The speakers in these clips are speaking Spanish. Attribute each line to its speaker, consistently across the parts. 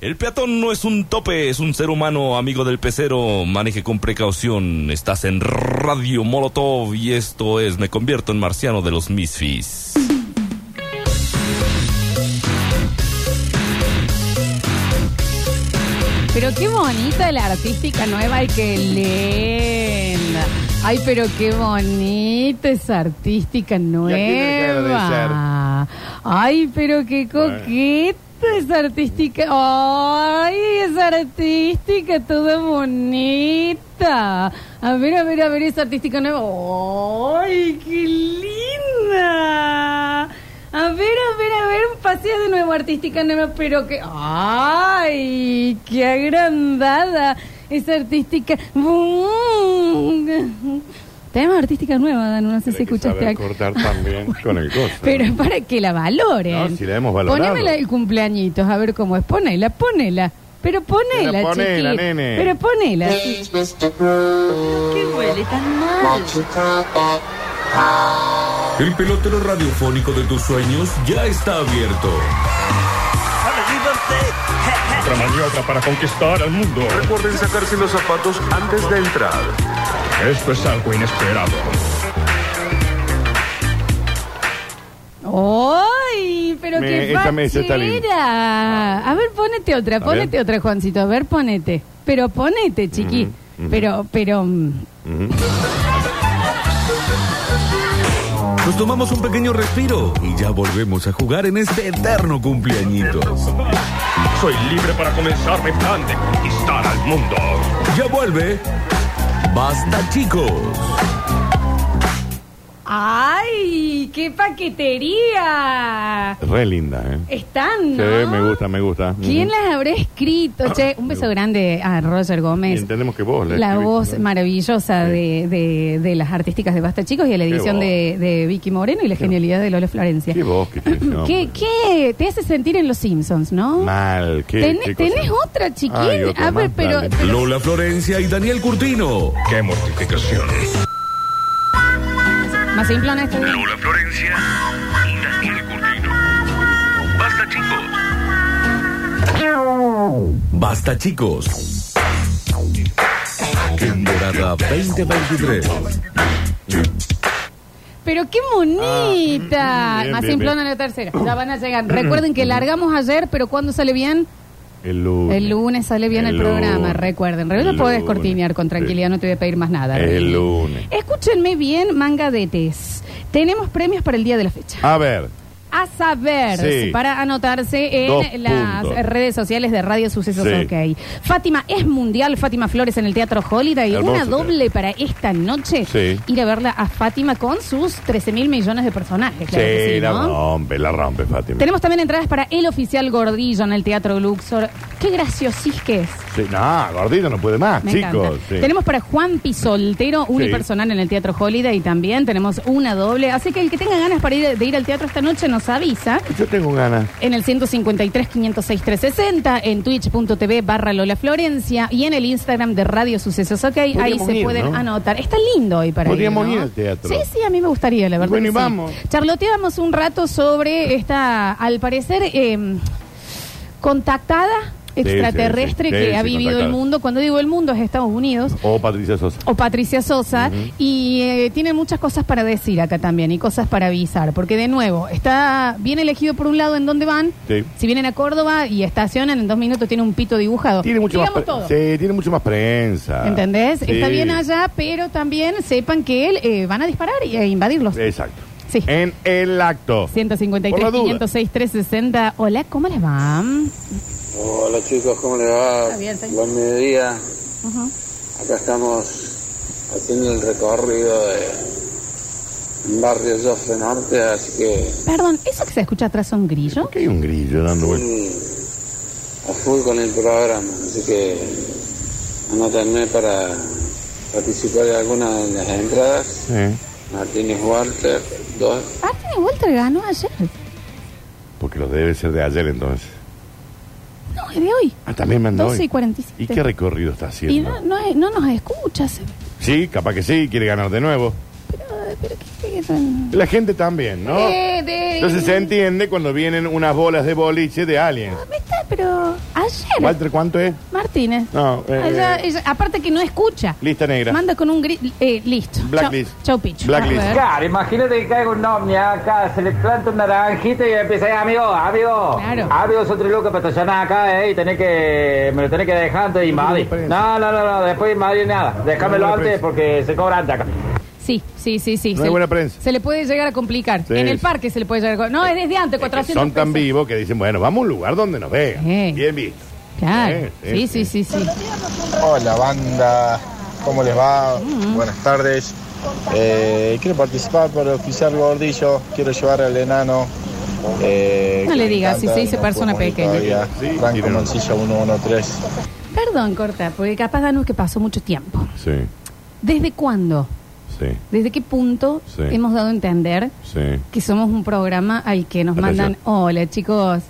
Speaker 1: El peatón no es un tope, es un ser humano, amigo del pecero. Maneje con precaución. Estás en Radio Molotov y esto es Me convierto en marciano de los Misfis.
Speaker 2: Pero qué bonita la artística nueva y qué linda. Ay, pero qué bonita esa artística
Speaker 3: tiene que
Speaker 2: nueva. Ay, pero qué coqueta esa artística. Ay, esa artística toda bonita. A ver, a ver, a ver esa artística nueva. Ay, qué linda. A ver, a ver, a ver, pasea de nuevo artística nueva, pero que. ¡Ay! ¡Qué agrandada! Esa artística. ¡Bum! Tenemos artística nueva, Danu, no sé
Speaker 3: Tiene que
Speaker 2: si escuchaste
Speaker 3: saber
Speaker 2: acá.
Speaker 3: cortar también con el coso.
Speaker 2: Pero para que la valoren.
Speaker 3: No, si la hemos valorado.
Speaker 2: Ponémela el cumpleañitos, a ver cómo es. Ponela, ponela. Pero ponela,
Speaker 3: Pero ponela,
Speaker 2: chiquín.
Speaker 3: nene.
Speaker 2: Pero ponela.
Speaker 4: Qué huele tan mal.
Speaker 5: El pelotero radiofónico de tus sueños ya está abierto.
Speaker 3: Otra maniobra para conquistar al mundo.
Speaker 5: Recuerden sacarse los zapatos antes de entrar.
Speaker 3: Esto es algo inesperado.
Speaker 2: ¡Ay! Pero
Speaker 3: Me-
Speaker 2: qué
Speaker 3: esta mesa está linda.
Speaker 2: fachera. A ver, ponete otra,
Speaker 3: ¿Está
Speaker 2: ponete
Speaker 3: bien?
Speaker 2: otra, Juancito. A ver, ponete. Pero ponete, chiqui. Pero, pero. mm,
Speaker 5: Nos tomamos un pequeño respiro y ya volvemos a jugar en este eterno cumpleañitos.
Speaker 3: Soy libre para comenzar mi plan de conquistar al mundo.
Speaker 5: Ya vuelve. Basta chicos.
Speaker 2: ¡Ay! ¡Qué paquetería!
Speaker 3: Re linda, ¿eh?
Speaker 2: Están, ¿no?
Speaker 3: Sí, me gusta, me gusta.
Speaker 2: ¿Quién
Speaker 3: Ujú.
Speaker 2: las habrá escrito? Che, un beso grande a Roger Gómez.
Speaker 3: Entendemos que vos la
Speaker 2: La
Speaker 3: escribiste,
Speaker 2: voz
Speaker 3: ¿no?
Speaker 2: maravillosa
Speaker 3: Sí.
Speaker 2: de, de- de las artísticas de Basta Chicos y a la
Speaker 3: Qué
Speaker 2: edición
Speaker 3: voz.
Speaker 2: de, de Vicky Moreno y la genialidad de Lola Florencia.
Speaker 3: Qué voz que tiene ese hombre.
Speaker 2: ¿Qué, qué te hace sentir en Los Simpsons, no?
Speaker 3: Mal, qué, ¿eh?
Speaker 2: Tené-
Speaker 3: qué cosa.
Speaker 2: tenés otra, chiquín.
Speaker 3: Ay, otra
Speaker 2: a ver,
Speaker 3: más,
Speaker 2: pero,
Speaker 3: dale.
Speaker 2: pero-
Speaker 5: Lola Florencia y Daniel Curtino.
Speaker 3: Qué mortificación.
Speaker 2: Más simplona esta.
Speaker 6: Lola Florencia y Daniel Curtino. Basta, chicos.
Speaker 5: Basta chicos. Temporada 2023.
Speaker 2: Pero qué bonita.
Speaker 3: Ah, bien,
Speaker 2: Más
Speaker 3: bien,
Speaker 2: simplona
Speaker 3: bien.
Speaker 2: la tercera. Ya van a llegar. Recuerden que largamos ayer, pero ¿cuándo sale bien?
Speaker 3: El lunes.
Speaker 2: El lunes sale bien el,
Speaker 3: lunes.
Speaker 2: programa, recuerden. No
Speaker 3: El
Speaker 2: podés
Speaker 3: lunes.
Speaker 2: cortinear con tranquilidad, no te voy a pedir más nada. Eh,
Speaker 3: El lunes.
Speaker 2: Escúchenme bien, mangadetes. Tenemos premios para el día de la fecha.
Speaker 3: A ver,
Speaker 2: A saber,
Speaker 3: Sí.
Speaker 2: para anotarse
Speaker 3: Dos
Speaker 2: en las
Speaker 3: puntos.
Speaker 2: redes sociales de Radio Sucesos
Speaker 3: Sí.
Speaker 2: OK. Fátima es mundial, Fátima Flores en el Teatro Holiday.
Speaker 3: Hermoso
Speaker 2: Una
Speaker 3: teatro.
Speaker 2: doble para esta noche.
Speaker 3: Sí.
Speaker 2: Ir a verla a Fátima con sus 13 mil millones de personajes. claro que
Speaker 3: sí,
Speaker 2: sí,
Speaker 3: la
Speaker 2: ¿no?
Speaker 3: rompe, la rompe, Fátima.
Speaker 2: Tenemos también entradas para El Oficial Gordillo en el Teatro Luxor. Qué graciosís que es.
Speaker 3: Sí, no, gordito no puede más,
Speaker 2: Me
Speaker 3: chicos.
Speaker 2: encanta.
Speaker 3: sí.
Speaker 2: Tenemos para Juan Pisoltero, unipersonal en el Teatro Holiday y también tenemos una doble. Así que el que tenga ganas para ir, de ir al teatro esta noche nos avisa.
Speaker 3: Yo tengo ganas.
Speaker 2: En el 153 506 360, en twitch.tv barra Lola Florencia y en el Instagram de Radio Sucesos. Ok, ahí
Speaker 3: Podríamos
Speaker 2: se
Speaker 3: ir,
Speaker 2: pueden
Speaker 3: ¿no?
Speaker 2: anotar. Está lindo hoy para
Speaker 3: Podríamos
Speaker 2: ir, ¿no?
Speaker 3: ir al teatro.
Speaker 2: Sí, sí, a mí me gustaría, la verdad.
Speaker 3: Bueno,
Speaker 2: que
Speaker 3: y
Speaker 2: sí.
Speaker 3: vamos.
Speaker 2: Charloteamos un rato sobre esta, al parecer, eh, contactada extraterrestre
Speaker 3: sí, sí.
Speaker 2: que
Speaker 3: Sí,
Speaker 2: ha
Speaker 3: sí,
Speaker 2: vivido el
Speaker 3: contactada.
Speaker 2: mundo. Cuando digo el mundo es Estados Unidos
Speaker 3: O Oh, Patricia Sosa.
Speaker 2: o Patricia Sosa y eh, tiene muchas cosas para decir acá también y cosas para avisar porque de nuevo está bien elegido por un lado en dónde van
Speaker 3: Sí.
Speaker 2: si vienen a Córdoba y estacionan en dos minutos tiene un pito dibujado
Speaker 3: Tiene mucho
Speaker 2: digamos
Speaker 3: más pre-
Speaker 2: todo
Speaker 3: Sí, tiene mucho más prensa.
Speaker 2: ¿Entendés?
Speaker 3: Sí.
Speaker 2: Está bien allá, pero también sepan que él, eh, van a disparar y- e invadirlos.
Speaker 3: Exacto.
Speaker 2: Sí.
Speaker 3: En el acto. Eh. Por
Speaker 2: 153,
Speaker 3: la duda.
Speaker 2: 506, 360. Hola, ¿cómo les va?
Speaker 7: Hola chicos, ¿cómo les va?
Speaker 2: Está bien, señor.
Speaker 7: Buen mediodía.
Speaker 2: Ujú.
Speaker 7: Acá estamos haciendo el recorrido de Barrio Jofre Norte, así que
Speaker 2: Perdón, ¿eso que se escucha atrás son grillos?
Speaker 3: ¿Por qué hay un grillo dando vueltas?
Speaker 7: mm, a full con el programa, así que anótenme para participar de alguna de las entradas.
Speaker 3: Sí.
Speaker 7: Martínez Walter, dos.
Speaker 2: Martín de Walter ganó ayer.
Speaker 3: Porque lo debe ser de ayer entonces.
Speaker 2: No, es de hoy.
Speaker 3: Ah, también me anda
Speaker 2: 12 y
Speaker 3: hoy.
Speaker 2: 47.
Speaker 3: ¿Y qué recorrido está haciendo?
Speaker 2: Y no, no, es- no nos escuchas.
Speaker 3: Sí, capaz que sí, quiere ganar de nuevo.
Speaker 2: Pero, pero ¿qué, qué- qué-
Speaker 3: La gente también, ¿no?
Speaker 2: Eh, de-
Speaker 3: Entonces se entiende cuando vienen unas bolas de boliche de aliens.
Speaker 2: Ah, me está pero ayer.
Speaker 8: Walter, ¿cuánto es?
Speaker 2: Martínez.
Speaker 8: No, eh,
Speaker 2: Ella-
Speaker 8: eh,
Speaker 2: ella- aparte que no escucha.
Speaker 8: Lista negra.
Speaker 2: Manda con un gris. Eh, listo.
Speaker 8: Blacklist.
Speaker 2: Chau, chau, picho.
Speaker 8: Blacklist.
Speaker 2: A ver.
Speaker 9: Claro, imagínate que caiga un ovni acá, se le planta un naranjito y empieza, eh, amigo, amigo,
Speaker 2: Claro.
Speaker 9: amigo, son tres locos estacionar acá, eh, y tenés que, me lo tenés que dejar antes de invadir.
Speaker 8: prensa.
Speaker 9: No, no, no, no, después de invadir nada, déjamelo
Speaker 8: buena
Speaker 9: antes
Speaker 8: prensa.
Speaker 9: porque se cobra antes acá.
Speaker 2: Sí, sí, sí, sí.
Speaker 8: No
Speaker 2: se
Speaker 8: hay
Speaker 2: le-
Speaker 8: buena prensa.
Speaker 2: Se le puede llegar a complicar.
Speaker 8: Sí,
Speaker 2: en el
Speaker 8: sí.
Speaker 2: parque se le puede llegar a complicar. No, es desde antes, 400
Speaker 8: son tan
Speaker 2: pesos.
Speaker 8: vivos que dicen, bueno, vamos a un lugar donde nos vean.
Speaker 2: Sí.
Speaker 8: Bien visto.
Speaker 2: Claro.
Speaker 8: Sí, sí,
Speaker 2: Sí, sí, sí, sí.
Speaker 10: Hola banda, ¿cómo les va? Buenas tardes. Eh, quiero participar para oficiar gordillo, quiero llevar al enano. eh,
Speaker 2: No
Speaker 10: que
Speaker 2: le
Speaker 10: me
Speaker 2: digas,
Speaker 10: encanta,
Speaker 2: si se dice
Speaker 10: no
Speaker 2: persona
Speaker 10: puedo morir
Speaker 2: pequeña.
Speaker 10: todavía.
Speaker 8: Sí,
Speaker 10: Franco
Speaker 8: tiene-
Speaker 10: Mancilla 113.
Speaker 2: Perdón, corta, porque capaz Danus que pasó mucho tiempo.
Speaker 3: Sí,
Speaker 2: ¿Desde cuándo?
Speaker 3: sí,
Speaker 2: ¿Desde qué punto
Speaker 3: Sí.
Speaker 2: hemos dado a entender
Speaker 3: sí.
Speaker 2: que somos un programa al que nos
Speaker 3: Atención.
Speaker 2: mandan, hola chicos,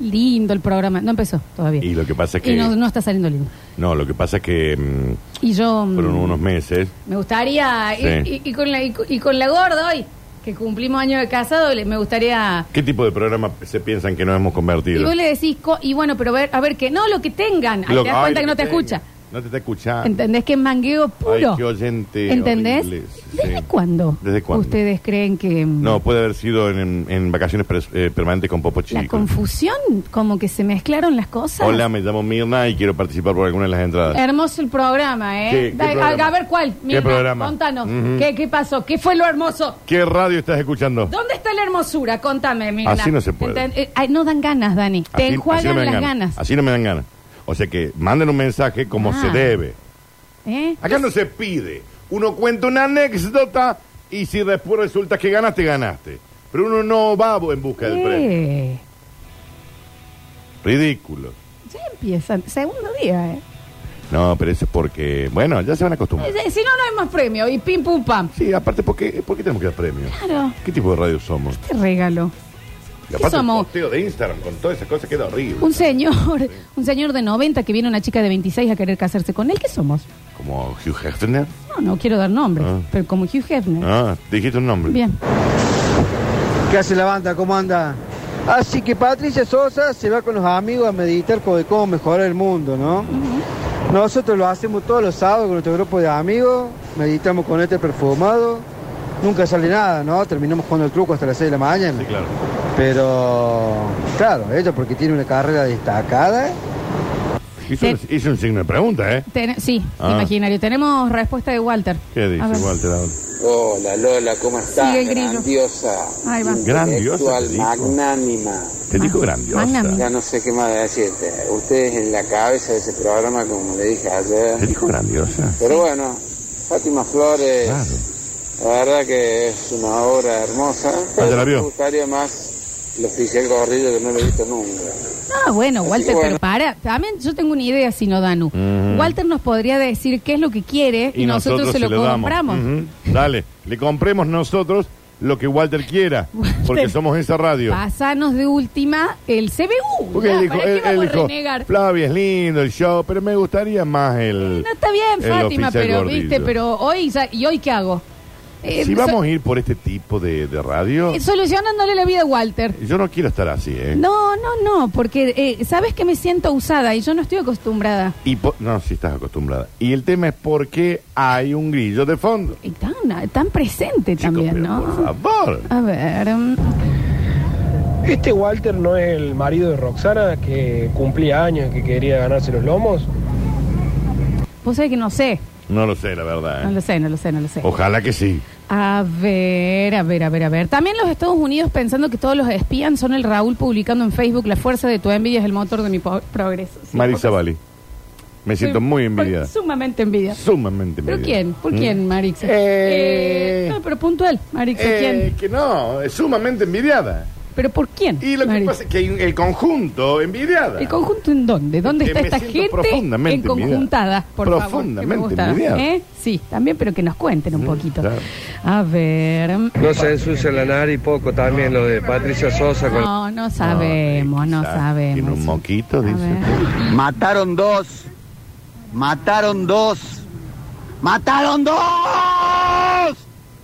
Speaker 2: lindo el programa? No empezó todavía.
Speaker 3: Y lo que pasa es que.
Speaker 2: Y no, no está saliendo lindo.
Speaker 3: No, lo que pasa es que mm,
Speaker 2: Y yo... mm,
Speaker 3: fueron unos meses.
Speaker 2: Me gustaría, y-
Speaker 3: Sí.
Speaker 2: y, y con la, y, con- y con la gorda hoy, que cumplimos año de casado, le- me gustaría...
Speaker 3: ¿Qué tipo de programa se piensan que nos hemos
Speaker 2: Y
Speaker 3: convertido?
Speaker 2: vos le decís, co- y bueno, pero ver, a ver qué, no, lo que tengan, Ahí
Speaker 3: Lo-
Speaker 2: te das
Speaker 3: ay,
Speaker 2: cuenta que
Speaker 3: lo
Speaker 2: no te
Speaker 3: tengo.
Speaker 2: escucha.
Speaker 3: No te está escuchando.
Speaker 2: ¿Entendés que es mangueo puro?
Speaker 3: Ay, qué oyente
Speaker 2: ¿Entendés?
Speaker 3: horrible, sí.
Speaker 2: ¿Desde cuándo?
Speaker 3: ¿Desde cuándo?
Speaker 2: ¿Ustedes creen que mm,
Speaker 3: No, puede haber sido en, en- en vacaciones pres- eh, permanentes con Popo
Speaker 2: la
Speaker 3: Chico.
Speaker 2: confusión, como que se mezclaron las cosas?
Speaker 3: Hola, me llamo Mirna y quiero participar por alguna de las entradas.
Speaker 2: Hermoso el programa, ¿eh?
Speaker 3: ¿Qué- qué
Speaker 2: Da- a-
Speaker 3: programa?
Speaker 2: A ver cuál,
Speaker 3: ¿Qué
Speaker 2: Mirna,
Speaker 3: programa?
Speaker 2: contanos.
Speaker 3: Ujú.
Speaker 2: ¿Qué, ¿Qué pasó? ¿Qué fue lo hermoso?
Speaker 3: ¿Qué radio estás escuchando?
Speaker 2: ¿Dónde está la hermosura? Contame, Mirna.
Speaker 3: Así no se puede.
Speaker 2: Enten- eh, ay, no dan ganas, Dani. Te
Speaker 3: Así- así no
Speaker 2: enjuagan
Speaker 3: me dan
Speaker 2: las ganas.
Speaker 3: Así no me dan ganas. O sea que manden un mensaje como
Speaker 2: Ah.
Speaker 3: se debe.
Speaker 2: ¿Eh?
Speaker 3: Acá no se pide. Uno cuenta una anécdota y si después resulta que ganaste, ganaste. Pero uno no va en busca del premio.
Speaker 2: Eh,
Speaker 3: Ridículo.
Speaker 2: Ya empiezan. Segundo día, ¿eh?
Speaker 3: No, pero eso es porque, bueno, ya se van a acostumbrar.
Speaker 2: Eh, Si no, no hay más premio. Y pim, pum, pam.
Speaker 3: Sí, aparte, ¿por qué, por qué tenemos que dar premios?
Speaker 2: Claro.
Speaker 3: ¿Qué tipo de radio somos?
Speaker 2: Qué regalo.
Speaker 3: Y aparte,
Speaker 2: somos?
Speaker 3: el posteo de Instagram con todas esas cosas queda horrible.
Speaker 2: Un señor, un señor de 90 que viene una chica de 26 a querer casarse con él. ¿Qué somos?
Speaker 3: Como Hugh Hefner.
Speaker 2: No, no quiero dar nombres,
Speaker 3: Ah.
Speaker 2: pero como Hugh Hefner.
Speaker 3: Ah, dijiste un nombre.
Speaker 2: Bien.
Speaker 9: ¿Qué hace la banda? ¿Cómo anda? Ah, Así que Patricia Sosa se va con los amigos a meditar sobre cómo mejorar el mundo, ¿no? Nosotros lo hacemos todos los sábados con nuestro grupo de amigos, meditamos con este perfumado, nunca sale nada, ¿no? Terminamos jugando el truco hasta las 6 de la mañana.
Speaker 3: Sí, claro.
Speaker 9: Pero, claro, ella porque tiene una carrera destacada.
Speaker 3: Hizo, un- hizo un signo de pregunta, ¿eh?
Speaker 2: Ten- sí,
Speaker 3: Ah.
Speaker 2: imaginario. Tenemos respuesta de Walter.
Speaker 3: ¿Qué dice
Speaker 2: A ver.
Speaker 3: Walter ahora?
Speaker 7: Hola Lola, ¿cómo estás?
Speaker 2: Sigue el grillo.
Speaker 7: grandiosa.
Speaker 2: Ahí va.
Speaker 3: Grandiosa, te
Speaker 7: Intelectual,
Speaker 3: dijo.
Speaker 7: magnánima.
Speaker 3: Te dijo
Speaker 2: Ah, magnánimo.
Speaker 3: grandiosa.
Speaker 7: Ya no sé qué más decirte. Ustedes en la cabeza de ese programa, como le dije
Speaker 3: Te
Speaker 7: ayer.
Speaker 3: dijo grandiosa.
Speaker 7: Pero bueno, Fátima Flores,
Speaker 3: Claro.
Speaker 7: la verdad que es una obra hermosa. Pero
Speaker 3: Ah, la vio.
Speaker 7: Me gustaría más lo oficial Gordillo que no lo he visto nunca.
Speaker 2: Ah, bueno,
Speaker 7: Así
Speaker 2: Walter,
Speaker 7: que bueno.
Speaker 2: pero para. También yo tengo una idea, si no, Danu.
Speaker 3: Mm.
Speaker 2: Walter nos podría decir qué es lo que quiere y, nosotros, se lo,
Speaker 3: damos.
Speaker 2: compramos.
Speaker 3: Ujú. Dale, le compremos nosotros lo que Walter quiera,
Speaker 2: Walter.
Speaker 3: porque somos esa radio.
Speaker 2: Pásanos de última el CBU.
Speaker 3: Porque
Speaker 2: ya,
Speaker 3: él dijo, eh,
Speaker 2: ¿Para qué
Speaker 3: él- él
Speaker 2: vamos a
Speaker 3: dijo,
Speaker 2: renegar?
Speaker 3: Flavia es lindo el show, pero me gustaría más el...
Speaker 2: No está bien,
Speaker 3: el
Speaker 2: Fátima,
Speaker 3: oficial
Speaker 2: pero
Speaker 3: gordillo".
Speaker 2: viste, pero hoy ya- ¿y hoy qué hago? Eh,
Speaker 3: Si
Speaker 2: so-
Speaker 3: vamos a ir por este tipo de, de radio,
Speaker 2: eh, solucionándole la vida a Walter.
Speaker 3: yo no quiero estar así, ¿eh?
Speaker 2: No, no, no, porque eh, sabes que me siento usada y yo no estoy acostumbrada.
Speaker 3: Y po- no, si estás acostumbrada. Y el tema es por qué hay un grillo de fondo.
Speaker 2: Y tan, tan presente
Speaker 3: Chicos,
Speaker 2: también,
Speaker 3: pero Por
Speaker 2: ¿no?
Speaker 3: favor.
Speaker 2: A ver, mm,
Speaker 9: ¿Este Walter no es el marido de Roxana que cumplía años, que quería ganarse los lomos?
Speaker 2: vos sabés que no sé,
Speaker 3: No lo sé, la verdad. ¿eh?
Speaker 2: no lo sé, no lo sé, no lo sé.
Speaker 3: Ojalá que sí.
Speaker 2: A ver, a ver, a ver, a ver. También los Estados Unidos pensando que todos los espían son el Raúl publicando en Facebook la fuerza de tu envidia es el motor de mi po- progreso. Sí,
Speaker 3: Marisa
Speaker 2: porque-
Speaker 3: Bali. Me
Speaker 2: soy-
Speaker 3: siento muy
Speaker 2: por-
Speaker 3: envidiada.
Speaker 2: Sumamente envidiada.
Speaker 3: Sumamente
Speaker 2: ¿Pero
Speaker 3: envidiada.
Speaker 2: quién? ¿Por
Speaker 3: ¿Mm?
Speaker 2: quién, Marixa?
Speaker 3: Eh.
Speaker 2: Eh, no, pero puntual, Marixa,
Speaker 3: Eh,
Speaker 2: ¿quién?
Speaker 3: Que no, es sumamente envidiada.
Speaker 2: ¿Pero por quién?
Speaker 3: Y lo que
Speaker 2: Marixa?
Speaker 3: pasa es que hay un- el conjunto envidiada.
Speaker 2: ¿El conjunto en dónde? ¿Dónde
Speaker 3: Porque
Speaker 2: está
Speaker 3: me
Speaker 2: esta
Speaker 3: siento
Speaker 2: gente
Speaker 3: profundamente
Speaker 2: en conjuntada?
Speaker 3: envidiada.
Speaker 2: Por favor, que me
Speaker 3: Profundamente
Speaker 2: gusta.
Speaker 3: envidiada.
Speaker 2: ¿Eh? Sí, también, pero que nos cuenten un
Speaker 3: Mm,
Speaker 2: poquito.
Speaker 3: claro.
Speaker 2: A ver.
Speaker 9: No se ensucia la nariz poco también lo de Patricia Sosa
Speaker 2: No, no sabemos, no,
Speaker 3: quizás
Speaker 2: sabemos.
Speaker 3: tiene un moquito,
Speaker 2: A
Speaker 3: dice.
Speaker 2: ver.
Speaker 9: Mataron dos. Mataron dos. Mataron dos.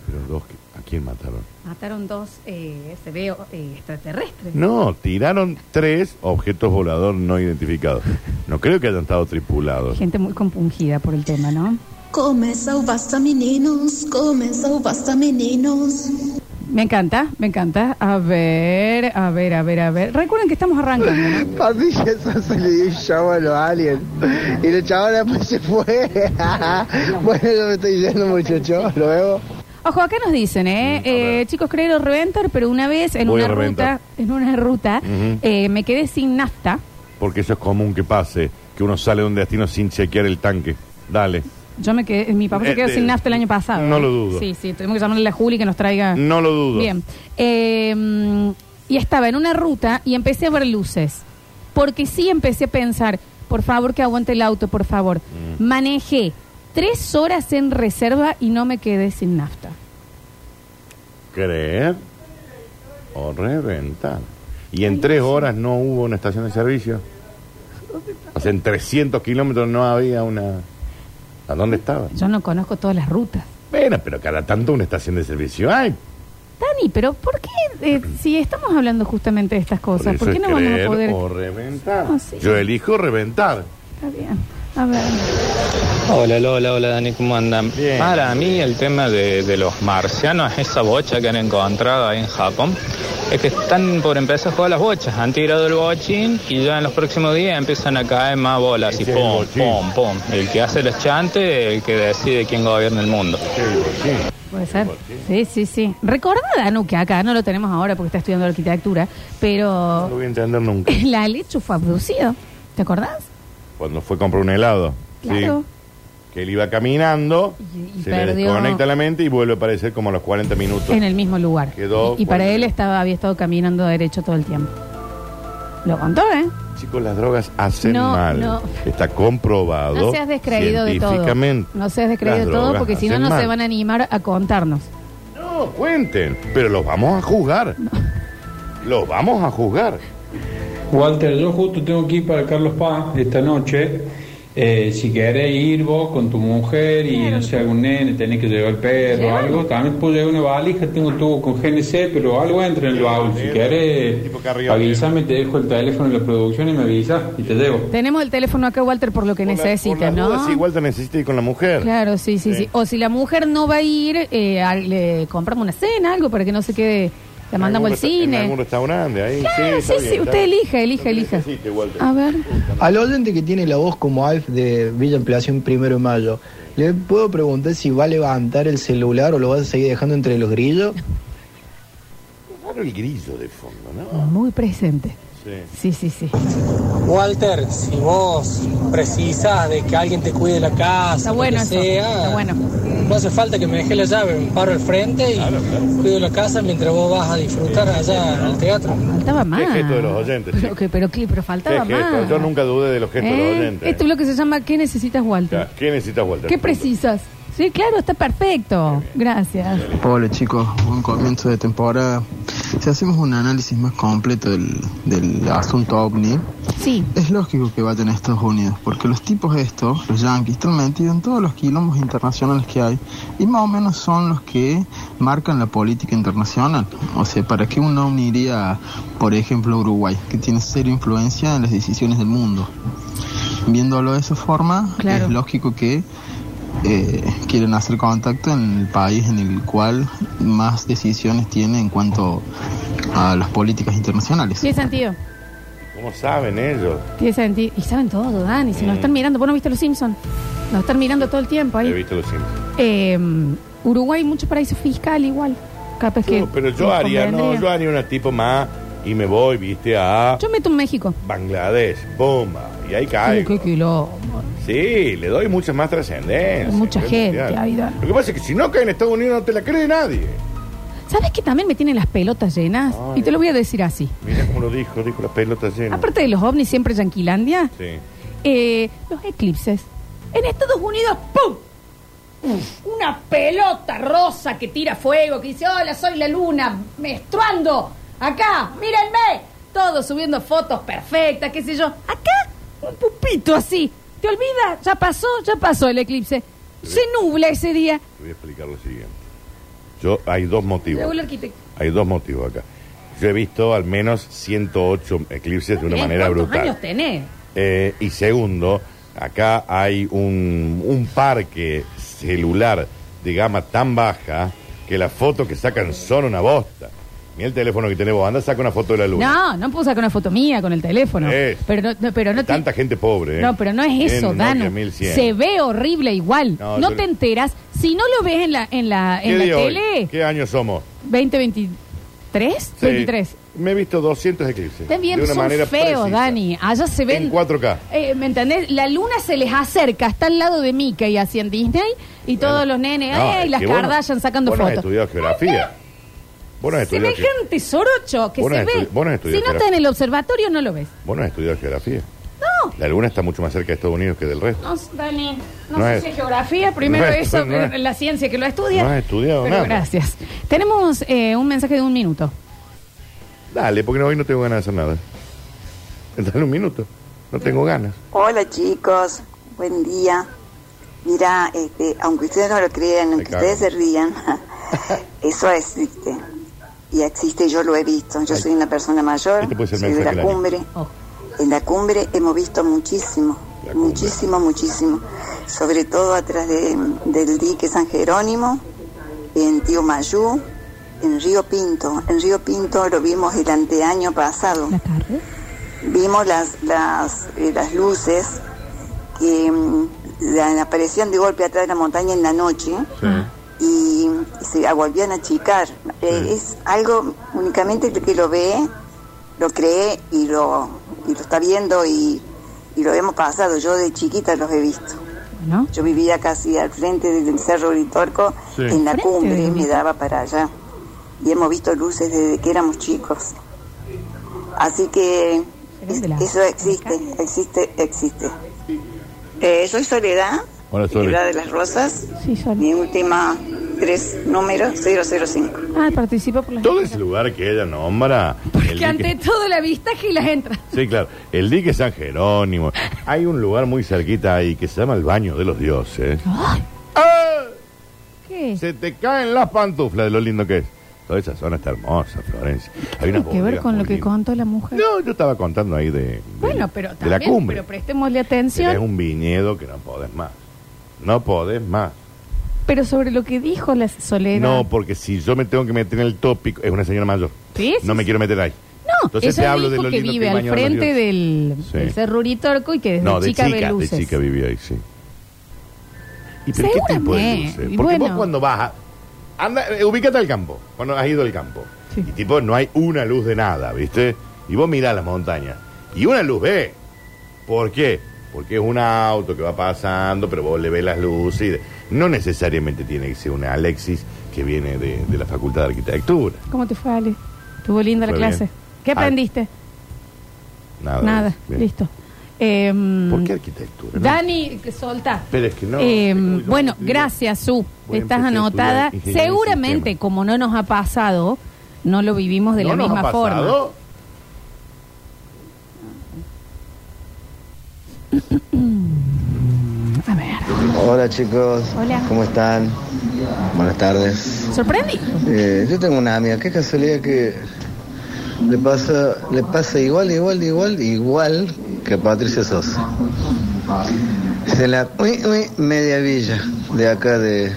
Speaker 3: Pero dos, que- ¿a quién mataron?
Speaker 2: Mataron dos, eh, se ve eh, extraterrestres.
Speaker 3: No, tiraron tres objetos voladores no identificados. No creo que hayan estado tripulados.
Speaker 2: Gente muy compungida por el tema, ¿no?
Speaker 11: Começou basta meninos, começou basta meninos.
Speaker 2: Me encanta, me encanta. A ver, a ver, a ver, a ver. Recuerden que estamos arrancando. ¿no?
Speaker 9: Patricia Sosa le dio un chavo a los aliens. Y el chavo después se fue. bueno, yo me estoy yendo, muchacho. Lo veo.
Speaker 2: Ojo, acá nos dicen, ¿eh? eh chicos, creo reventar, pero una vez en
Speaker 3: Voy a
Speaker 2: una ruta,
Speaker 3: reventar.
Speaker 2: en una ruta
Speaker 3: Ujú.
Speaker 2: eh, me quedé sin nafta.
Speaker 3: Porque eso es común que pase, que uno sale de un destino sin chequear el tanque. Dale.
Speaker 2: Yo me quedé, mi papá se
Speaker 3: Eh,
Speaker 2: quedó
Speaker 3: eh,
Speaker 2: sin nafta el año pasado.
Speaker 3: no
Speaker 2: ¿eh?
Speaker 3: lo dudo.
Speaker 2: Sí, sí, tenemos que llamarle a la Juli que nos traiga.
Speaker 3: No lo dudo.
Speaker 2: Ah. Bien. Eh, mm, y estaba en una ruta y empecé a ver luces. Porque sí empecé a pensar, por favor que aguante el auto, por favor.
Speaker 3: Mm.
Speaker 2: Manejé tres horas en reserva y no me quedé sin nafta.
Speaker 3: Creer o reventar. Y en tres horas no hubo una estación de servicio. O sea, en 300 kilómetros no había una... ¿A dónde estaba?
Speaker 2: Yo no conozco todas las rutas.
Speaker 3: Bueno, pero cada tanto una estación de servicio hay.
Speaker 2: Dani, pero ¿por qué eh, si estamos hablando justamente de estas
Speaker 3: Por
Speaker 2: cosas?
Speaker 3: eso
Speaker 2: ¿Por qué
Speaker 3: es
Speaker 2: no vamos a
Speaker 3: creer
Speaker 2: poder?
Speaker 3: o reventar.
Speaker 2: Ah, sí.
Speaker 3: Yo elijo reventar.
Speaker 2: Está bien. A ver.
Speaker 12: Hola Lola, hola Dani, ¿cómo andan?
Speaker 3: Bien.
Speaker 12: Para mí el tema de, de los marcianos, esa bocha que han encontrado ahí en Japón, es que están por empezar a jugar las bochas. Han tirado el bochín y ya en los próximos días empiezan a caer más bolas y
Speaker 13: Ese Este es el
Speaker 12: pum,
Speaker 13: bochín.
Speaker 12: pum, pum. El que hace los chantes, el que decide quién gobierna el mundo.
Speaker 2: Puede ser. Sí, sí, sí. Recordá, Danu, que acá no lo tenemos ahora porque está estudiando arquitectura, pero
Speaker 3: No lo voy a entender nunca.
Speaker 2: el Alechu fue abducido. ¿Te acordás?
Speaker 3: Cuando fue a comprar un helado.
Speaker 2: Claro.
Speaker 3: Sí. Que él iba caminando,
Speaker 2: y
Speaker 3: se le
Speaker 2: perdió-
Speaker 3: desconecta la mente y vuelve a aparecer como a los 40 minutos.
Speaker 2: En el mismo lugar.
Speaker 3: Quedó
Speaker 2: y y para
Speaker 3: fuerte.
Speaker 2: él estaba, había estado caminando derecho todo el tiempo. Lo contó, ¿eh?
Speaker 3: Chicos, las drogas hacen
Speaker 2: No,
Speaker 3: mal.
Speaker 2: no.
Speaker 3: Está comprobado.
Speaker 2: No seas descreído de todo.
Speaker 3: científicamente.
Speaker 2: No seas descreído
Speaker 3: Las
Speaker 2: de todo
Speaker 3: drogas
Speaker 2: porque si no,
Speaker 3: hacen
Speaker 2: no se
Speaker 3: mal.
Speaker 2: van a animar a contarnos.
Speaker 3: No, cuenten, pero los vamos a juzgar. Los vamos a juzgar.
Speaker 14: Walter, yo justo tengo que ir para Carlos Paz esta noche. Eh, si querés ir vos con tu mujer y no sé, algún nene, tenés que llevar perro o algo, también puedo llevar una valija, tengo tubo con GNC, pero algo entra en el baúl. Si querés, avísame, te dejo el teléfono de la producción y me avisas y te llevo.
Speaker 2: Tenemos el teléfono acá, Walter, por lo que necesita,
Speaker 3: Las dudas
Speaker 2: ¿no?
Speaker 3: igual te necesitas ir con la mujer.
Speaker 2: Claro, sí, sí, sí,
Speaker 3: Sí.
Speaker 2: O si la mujer no va a ir, eh, al- le compramos una cena, algo para que no se quede. La mandamos al
Speaker 3: En algún resta- En algún
Speaker 2: cine.
Speaker 3: restaurante, ahí.
Speaker 2: Claro,
Speaker 3: está
Speaker 2: sí,
Speaker 3: bien,
Speaker 2: sí,
Speaker 3: está
Speaker 2: usted
Speaker 3: bien.
Speaker 2: elija, elija, elija. Ah. A ver.
Speaker 15: Al oyente que tiene la voz como Alf de Villa Ampliación Primero de Mayo, ¿le puedo preguntar si va a levantar el celular o lo va a seguir dejando entre los grillos?
Speaker 3: Claro, el grillo de fondo, ¿no?
Speaker 2: Muy presente. Sí, sí, sí.
Speaker 16: Walter, si vos precisas de que alguien te cuide la casa,
Speaker 2: Está bueno
Speaker 16: lo que
Speaker 2: eso,
Speaker 16: sea,
Speaker 2: está bueno.
Speaker 16: no hace falta que me deje la llave, me paro al frente y cuido la casa mientras vos vas a disfrutar allá al teatro.
Speaker 2: Faltaba más.
Speaker 3: Qué gesto de los oyentes.
Speaker 2: Pero, que, pero, que-
Speaker 3: Qué
Speaker 2: pero faltaba
Speaker 3: gesto.
Speaker 2: más.
Speaker 3: Yo nunca dudé de los gestos de los
Speaker 2: ¿Eh?
Speaker 3: oyentes.
Speaker 2: Esto es lo que se llama ¿Qué necesitas, Walter?
Speaker 3: Ya, ¿Qué necesitas, Walter?
Speaker 2: ¿Qué precisas? Sí, claro, está perfecto. Gracias.
Speaker 17: Hola chicos, buen comienzo de temporada. Si hacemos un análisis más completo del, del asunto ovni, es lógico que vayan a Estados Unidos, porque los tipos estos, los yanquis, están metidos en todos los quilombos internacionales que hay y más o menos son los que marcan la política internacional. O sea, ¿para qué un ovni iría, por ejemplo, a Uruguay, que tiene cero influencia en las decisiones del mundo? Viéndolo de esa forma,
Speaker 18: Claro.
Speaker 17: es lógico que eh, quieren hacer contacto en el país en el cual más decisiones tiene en cuanto a las políticas internacionales.
Speaker 2: Tiene sentido.
Speaker 3: ¿Cómo saben ellos?
Speaker 2: Tiene sentido. Y saben todo, Dani. Si
Speaker 3: Mm.
Speaker 2: nos están mirando, vos no viste los Simpsons. Nos están mirando todo el tiempo
Speaker 3: He
Speaker 2: ahí.
Speaker 3: visto los Simpsons.
Speaker 2: Eh, Uruguay, mucho paraíso fiscal igual. Capaz que.
Speaker 3: No, pero yo
Speaker 2: nos
Speaker 3: haría, no,
Speaker 2: convendría.
Speaker 3: yo haría una tipo más y me voy, viste, a
Speaker 2: Yo meto un México.
Speaker 3: Bangladesh, bomba, y ahí cae.
Speaker 2: Uy, qué quilombo.
Speaker 3: Sí, le doy mucha más trascendencia.
Speaker 2: Mucha
Speaker 3: Claro,
Speaker 2: gente,
Speaker 3: claro.
Speaker 2: ahí da.
Speaker 3: Lo que pasa es que si no cae en Estados Unidos no te la cree nadie.
Speaker 2: ¿Sabes que también me tienen las pelotas llenas?
Speaker 3: Ay.
Speaker 2: Y te lo voy a decir así.
Speaker 3: Mira cómo lo dijo, dijo las pelotas llenas.
Speaker 2: Aparte de los ovnis siempre Yanquilandia,
Speaker 3: Sí.
Speaker 2: eh, los eclipses. En Estados Unidos, ¡pum! Una pelota rosa que tira fuego, que dice, hola, soy la luna, menstruando, acá, mírenme. Todos subiendo fotos perfectas, qué sé yo. Acá, un pupito así. ¿Te olvidas? Ya pasó, ya pasó el eclipse. Se nubla ese día.
Speaker 3: Te voy a explicar lo siguiente. Yo, hay dos motivos.
Speaker 2: Según el arquitecto.
Speaker 3: Hay dos motivos acá. Yo he visto al menos 108 eclipses de una
Speaker 2: Bien,
Speaker 3: manera
Speaker 2: Eh, ¿Cuántos
Speaker 3: brutal.
Speaker 2: años tenés?
Speaker 3: Eh, y segundo, acá hay un, un parque celular de gama tan baja que las fotos que sacan son una bosta. Mira el teléfono que tenés vos, anda, saca una foto de la luna.
Speaker 2: No, no puedo sacar una foto mía con el teléfono.
Speaker 3: Es.
Speaker 2: Pero no, no- pero no, te-
Speaker 3: Tanta gente pobre. ¿eh?
Speaker 2: no, pero no es eso,
Speaker 3: En Nokia
Speaker 2: Dano.
Speaker 3: 1100.
Speaker 2: Se ve horrible igual.
Speaker 3: No,
Speaker 2: No,
Speaker 3: yo-
Speaker 2: te enteras. Si no lo ves en la, en la,
Speaker 3: ¿Qué
Speaker 2: en la
Speaker 3: día hoy?
Speaker 2: tele,
Speaker 3: ¿Qué año somos?
Speaker 2: 2023,
Speaker 3: Sí.
Speaker 2: 23.
Speaker 3: Me he visto 200 eclipses.
Speaker 2: Están bien,
Speaker 3: de una
Speaker 2: son
Speaker 3: manera
Speaker 2: feos,
Speaker 3: precisa.
Speaker 2: Dani. Allá se ven.
Speaker 3: En 4K.
Speaker 2: Eh, ¿Me entendés? La luna se les acerca, está al lado de Mickey y así en Disney, y todos los nenes,
Speaker 3: No,
Speaker 2: ¡ay!
Speaker 3: es
Speaker 2: las
Speaker 3: que vos no-
Speaker 2: Kardashian sacando
Speaker 3: vos No has
Speaker 2: fotos.
Speaker 3: estudiado geografía. Vos no has estudiado ge-
Speaker 2: Semejante sorocho que
Speaker 3: Vos no
Speaker 2: se
Speaker 3: has
Speaker 2: ve.
Speaker 3: estudi- vos no has
Speaker 2: si
Speaker 3: estudiado
Speaker 2: no está en el observatorio, no lo ves.
Speaker 3: Vos no has estudiado geografía.
Speaker 2: No.
Speaker 3: La luna está mucho más cerca de Estados Unidos que del resto.
Speaker 2: No, Dani, no,
Speaker 3: No
Speaker 2: sé
Speaker 3: es-
Speaker 2: si es geografía, primero
Speaker 3: no es-
Speaker 2: eso,
Speaker 3: no es-
Speaker 2: eh, la ciencia que lo estudia.
Speaker 3: no has estudiado
Speaker 2: Pero
Speaker 3: nada.
Speaker 2: gracias. Tenemos eh, un mensaje de un minuto.
Speaker 3: Dale, porque no, hoy no tengo ganas de hacer nada. Dale un minuto. No tengo ganas.
Speaker 13: Hola chicos, buen día. Mira, este, aunque ustedes no lo crean, aunque
Speaker 3: cago.
Speaker 13: ustedes se rían, eso existe. Y existe, yo lo he visto. Yo soy una persona mayor,
Speaker 3: Este puede ser
Speaker 13: soy de
Speaker 3: mensaje
Speaker 13: la
Speaker 3: del año.
Speaker 13: cumbre. En la cumbre hemos visto muchísimo, muchísimo, muchísimo. Sobre todo atrás de- del dique San Jerónimo, en Tío Mayú, en Río Pinto. En Río Pinto lo vimos el anteaño pasado. Vimos las, las, eh, las luces que mm, la- aparecían de golpe atrás de la montaña en la noche y se volvían a achicar. Eh, Es algo únicamente el que lo ve, lo cree y lo, y lo está viendo y, y lo hemos pasado. Yo de chiquita los he visto. Yo vivía casi al frente del Cerro Uritorco,
Speaker 18: Sí.
Speaker 13: en la
Speaker 18: Frente
Speaker 13: cumbre,
Speaker 18: del
Speaker 13: me daba para allá. Y hemos visto luces desde que éramos chicos. Así que es- eso existe, existe, existe. Eh, soy Soledad,
Speaker 3: Hola, Sole.
Speaker 13: Soledad de las Rosas. Mi última tres números, 005.
Speaker 2: Ah, participa por las.
Speaker 3: Todo ese lugar que ella nombra. el
Speaker 2: Que ante
Speaker 3: dique-
Speaker 2: todo la vista y las entra.
Speaker 3: Sí, claro. El dique San Jerónimo. Hay un lugar muy cerquita ahí que se llama el Baño de los Dioses. ¡Ah!
Speaker 2: ¿Qué?
Speaker 3: Se te caen las pantuflas de lo lindo que es. Toda esa zona está hermosa, Florencia. Hay unas
Speaker 2: Tiene que ver
Speaker 3: bodegas
Speaker 2: con
Speaker 3: muy
Speaker 2: lo que
Speaker 3: lindas.
Speaker 2: contó la mujer.
Speaker 3: No, yo estaba contando ahí de,
Speaker 2: bueno, pero
Speaker 3: de la
Speaker 2: también,
Speaker 3: cumbre.
Speaker 2: pero prestémosle
Speaker 3: Tenés
Speaker 2: atención.
Speaker 3: un viñedo que no podés más. No podés más.
Speaker 2: Pero sobre lo que dijo la soledad.
Speaker 3: No, porque si yo me tengo que meter en el tópico, es una señora mayor.
Speaker 2: Sí, sí,
Speaker 3: no me
Speaker 2: sí.
Speaker 3: quiero meter ahí.
Speaker 2: No,
Speaker 3: Entonces
Speaker 2: ella
Speaker 3: te hablo de
Speaker 2: dijo
Speaker 3: lo
Speaker 2: que
Speaker 3: lindo que el
Speaker 2: vive al
Speaker 3: baño de los
Speaker 2: frente
Speaker 3: dioses.
Speaker 2: del,
Speaker 3: Sí.
Speaker 2: del Cerro Uritorco y que desde
Speaker 3: no, de
Speaker 2: chica, ve
Speaker 3: chica, de
Speaker 2: luces.
Speaker 3: chica vivía ahí, sí. ¿Y pero qué tipo de
Speaker 2: Seguramente,
Speaker 3: luces?
Speaker 2: y
Speaker 3: Porque vos
Speaker 2: bueno.
Speaker 3: cuando vas, a- anda, eh, ubícate al campo, cuando has ido al campo. Y tipo, no hay una luz de nada, ¿viste? Y vos mirás las montañas. Y una luz ve. ¿Por qué? Porque es un auto que va pasando, pero vos le ves las luces. y de- No necesariamente tiene que ser una Alexis que viene de, de la Facultad de Arquitectura.
Speaker 2: ¿Cómo te fue, Ale? ¿Estuvo linda la
Speaker 3: Fue
Speaker 2: clase?
Speaker 3: bien.
Speaker 2: ¿Qué
Speaker 3: Ah,
Speaker 2: aprendiste?
Speaker 3: Nada.
Speaker 2: Nada,
Speaker 3: Bien.
Speaker 2: listo. Em,
Speaker 3: ¿Por qué arquitectura? no?
Speaker 2: Dani, que solta.
Speaker 3: Pero es que no.
Speaker 2: Em, bueno, gracias, Su.
Speaker 3: Voy a
Speaker 2: Estás
Speaker 3: empezar a
Speaker 2: anotada.
Speaker 3: estudiar ingeniería
Speaker 2: Seguramente, como no nos ha pasado, no lo vivimos de
Speaker 3: ¿No
Speaker 2: la
Speaker 3: nos ha
Speaker 2: misma
Speaker 3: pasado?
Speaker 19: Hola chicos,
Speaker 2: Hola.
Speaker 19: ¿cómo están? Buenas tardes.
Speaker 2: forma. ¿Sorprendí?
Speaker 19: Eh, yo tengo una amiga, qué casualidad que le pasa, le pasa igual, igual, igual, igual que a Patricia Sosa. De la uy, uy, media villa, de acá de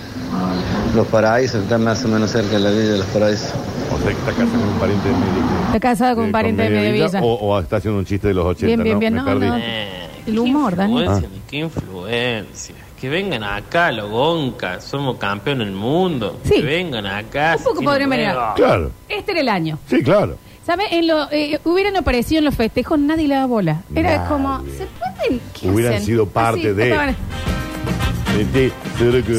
Speaker 19: Los Paraísos, que está más o menos cerca de la villa de Los Paraísos.
Speaker 3: O sea, que está casada con un pariente de Medellín.
Speaker 2: Está casada con un pariente de Mediavilla.
Speaker 3: O, o está haciendo un chiste de los 80.
Speaker 2: Bien, bien, bien.
Speaker 3: Oh, Me
Speaker 2: No,
Speaker 3: perdí.
Speaker 2: no. El humor, Dani.
Speaker 18: Ah.
Speaker 20: influencia, ni qué influencia. Que vengan acá, los Gonca, somos campeones del mundo. Que vengan acá.
Speaker 2: Un poco podrían venir.
Speaker 3: Claro.
Speaker 2: Este era el año.
Speaker 3: Sí, claro.
Speaker 2: ¿Sabes? En lo, eh, hubieran aparecido en los festejos, nadie le daba bola. Era como, ¿se pueden? ¿Qué
Speaker 3: Hubieran
Speaker 2: hacen?
Speaker 3: sido parte
Speaker 2: Así,
Speaker 3: de-
Speaker 2: estaban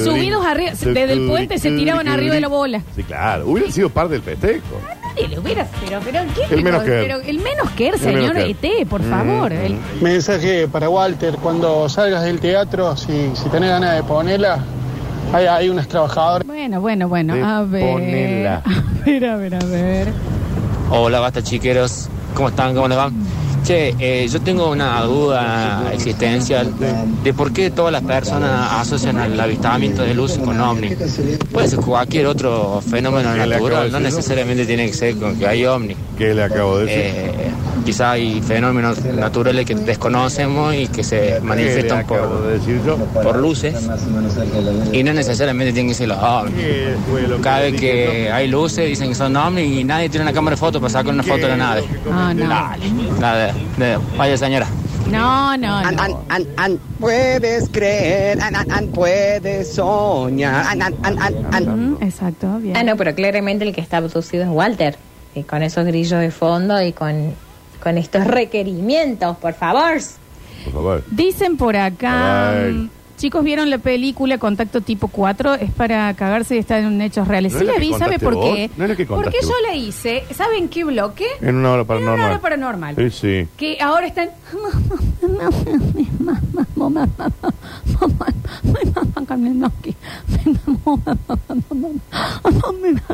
Speaker 2: Subidos arriba, desde el puente se tiraban arriba de la bola.
Speaker 3: Sí, claro. Hubieran sido parte del festejo.
Speaker 2: Nadie le hubiera, pero, pero, ¿qué?
Speaker 3: El menos que él.
Speaker 2: Pero el menos que él,
Speaker 3: El menos
Speaker 2: señor
Speaker 3: que él. Mm,
Speaker 2: ET, por favor. El-
Speaker 21: Mensaje para Walter, cuando salgas del teatro, si, si tenés ganas de ponerla, hay, hay unas trabajadoras.
Speaker 2: Bueno, bueno, bueno. A ver.
Speaker 21: ponela.
Speaker 2: A ver, a ver, a ver.
Speaker 22: Hola, basta chiqueros. ¿Cómo están? ¿Cómo les van?
Speaker 18: Che, eh, yo tengo una duda existencial de por qué todas las personas asocian el avistamiento de luces con ovnis. Puede ser cualquier otro fenómeno
Speaker 3: ¿Qué le acabo de
Speaker 18: natural, no
Speaker 3: decir, no?
Speaker 18: necesariamente tiene que ser con que hay ovnis.
Speaker 3: ¿Qué le acabo de decir?
Speaker 18: Eh, quizá hay fenómenos naturales que desconocemos y que se manifestan por, por luces y no necesariamente tienen que ser los ovnis. Cada vez que hay luces dicen que son ovnis y nadie tiene una cámara de fotos para sacar una foto de la nave.
Speaker 2: Ah, no.
Speaker 18: Nada, de- vaya señora.
Speaker 2: No, no,
Speaker 22: An, an, an, an, puedes creer, an, an, an, puedes soñar. Ah, An, an, an, an, an.
Speaker 2: Mm, Exacto, bien.
Speaker 23: Ah, no, pero claramente el que está abducido es Walter. Y con esos grillos de fondo y con, con estos requerimientos, por favor.
Speaker 3: Por favor.
Speaker 2: Dicen por acá,
Speaker 3: Ay.
Speaker 2: mm, chicos, ¿vieron la película Contacto Tipo 4? Es para cagarse y está en hechos reales.
Speaker 3: ¿No
Speaker 2: sí
Speaker 3: es la
Speaker 2: la
Speaker 3: que
Speaker 2: vi, ¿sabe
Speaker 3: contaste
Speaker 2: por
Speaker 3: vos?
Speaker 2: qué?
Speaker 3: ¿No es la que
Speaker 2: Porque
Speaker 3: contaste
Speaker 2: yo
Speaker 3: vos?
Speaker 2: la hice, ¿saben qué bloque?
Speaker 3: En una hora
Speaker 2: En una hora
Speaker 3: paranormal.
Speaker 2: paranormal.
Speaker 3: Sí, sí.
Speaker 2: Que ahora están...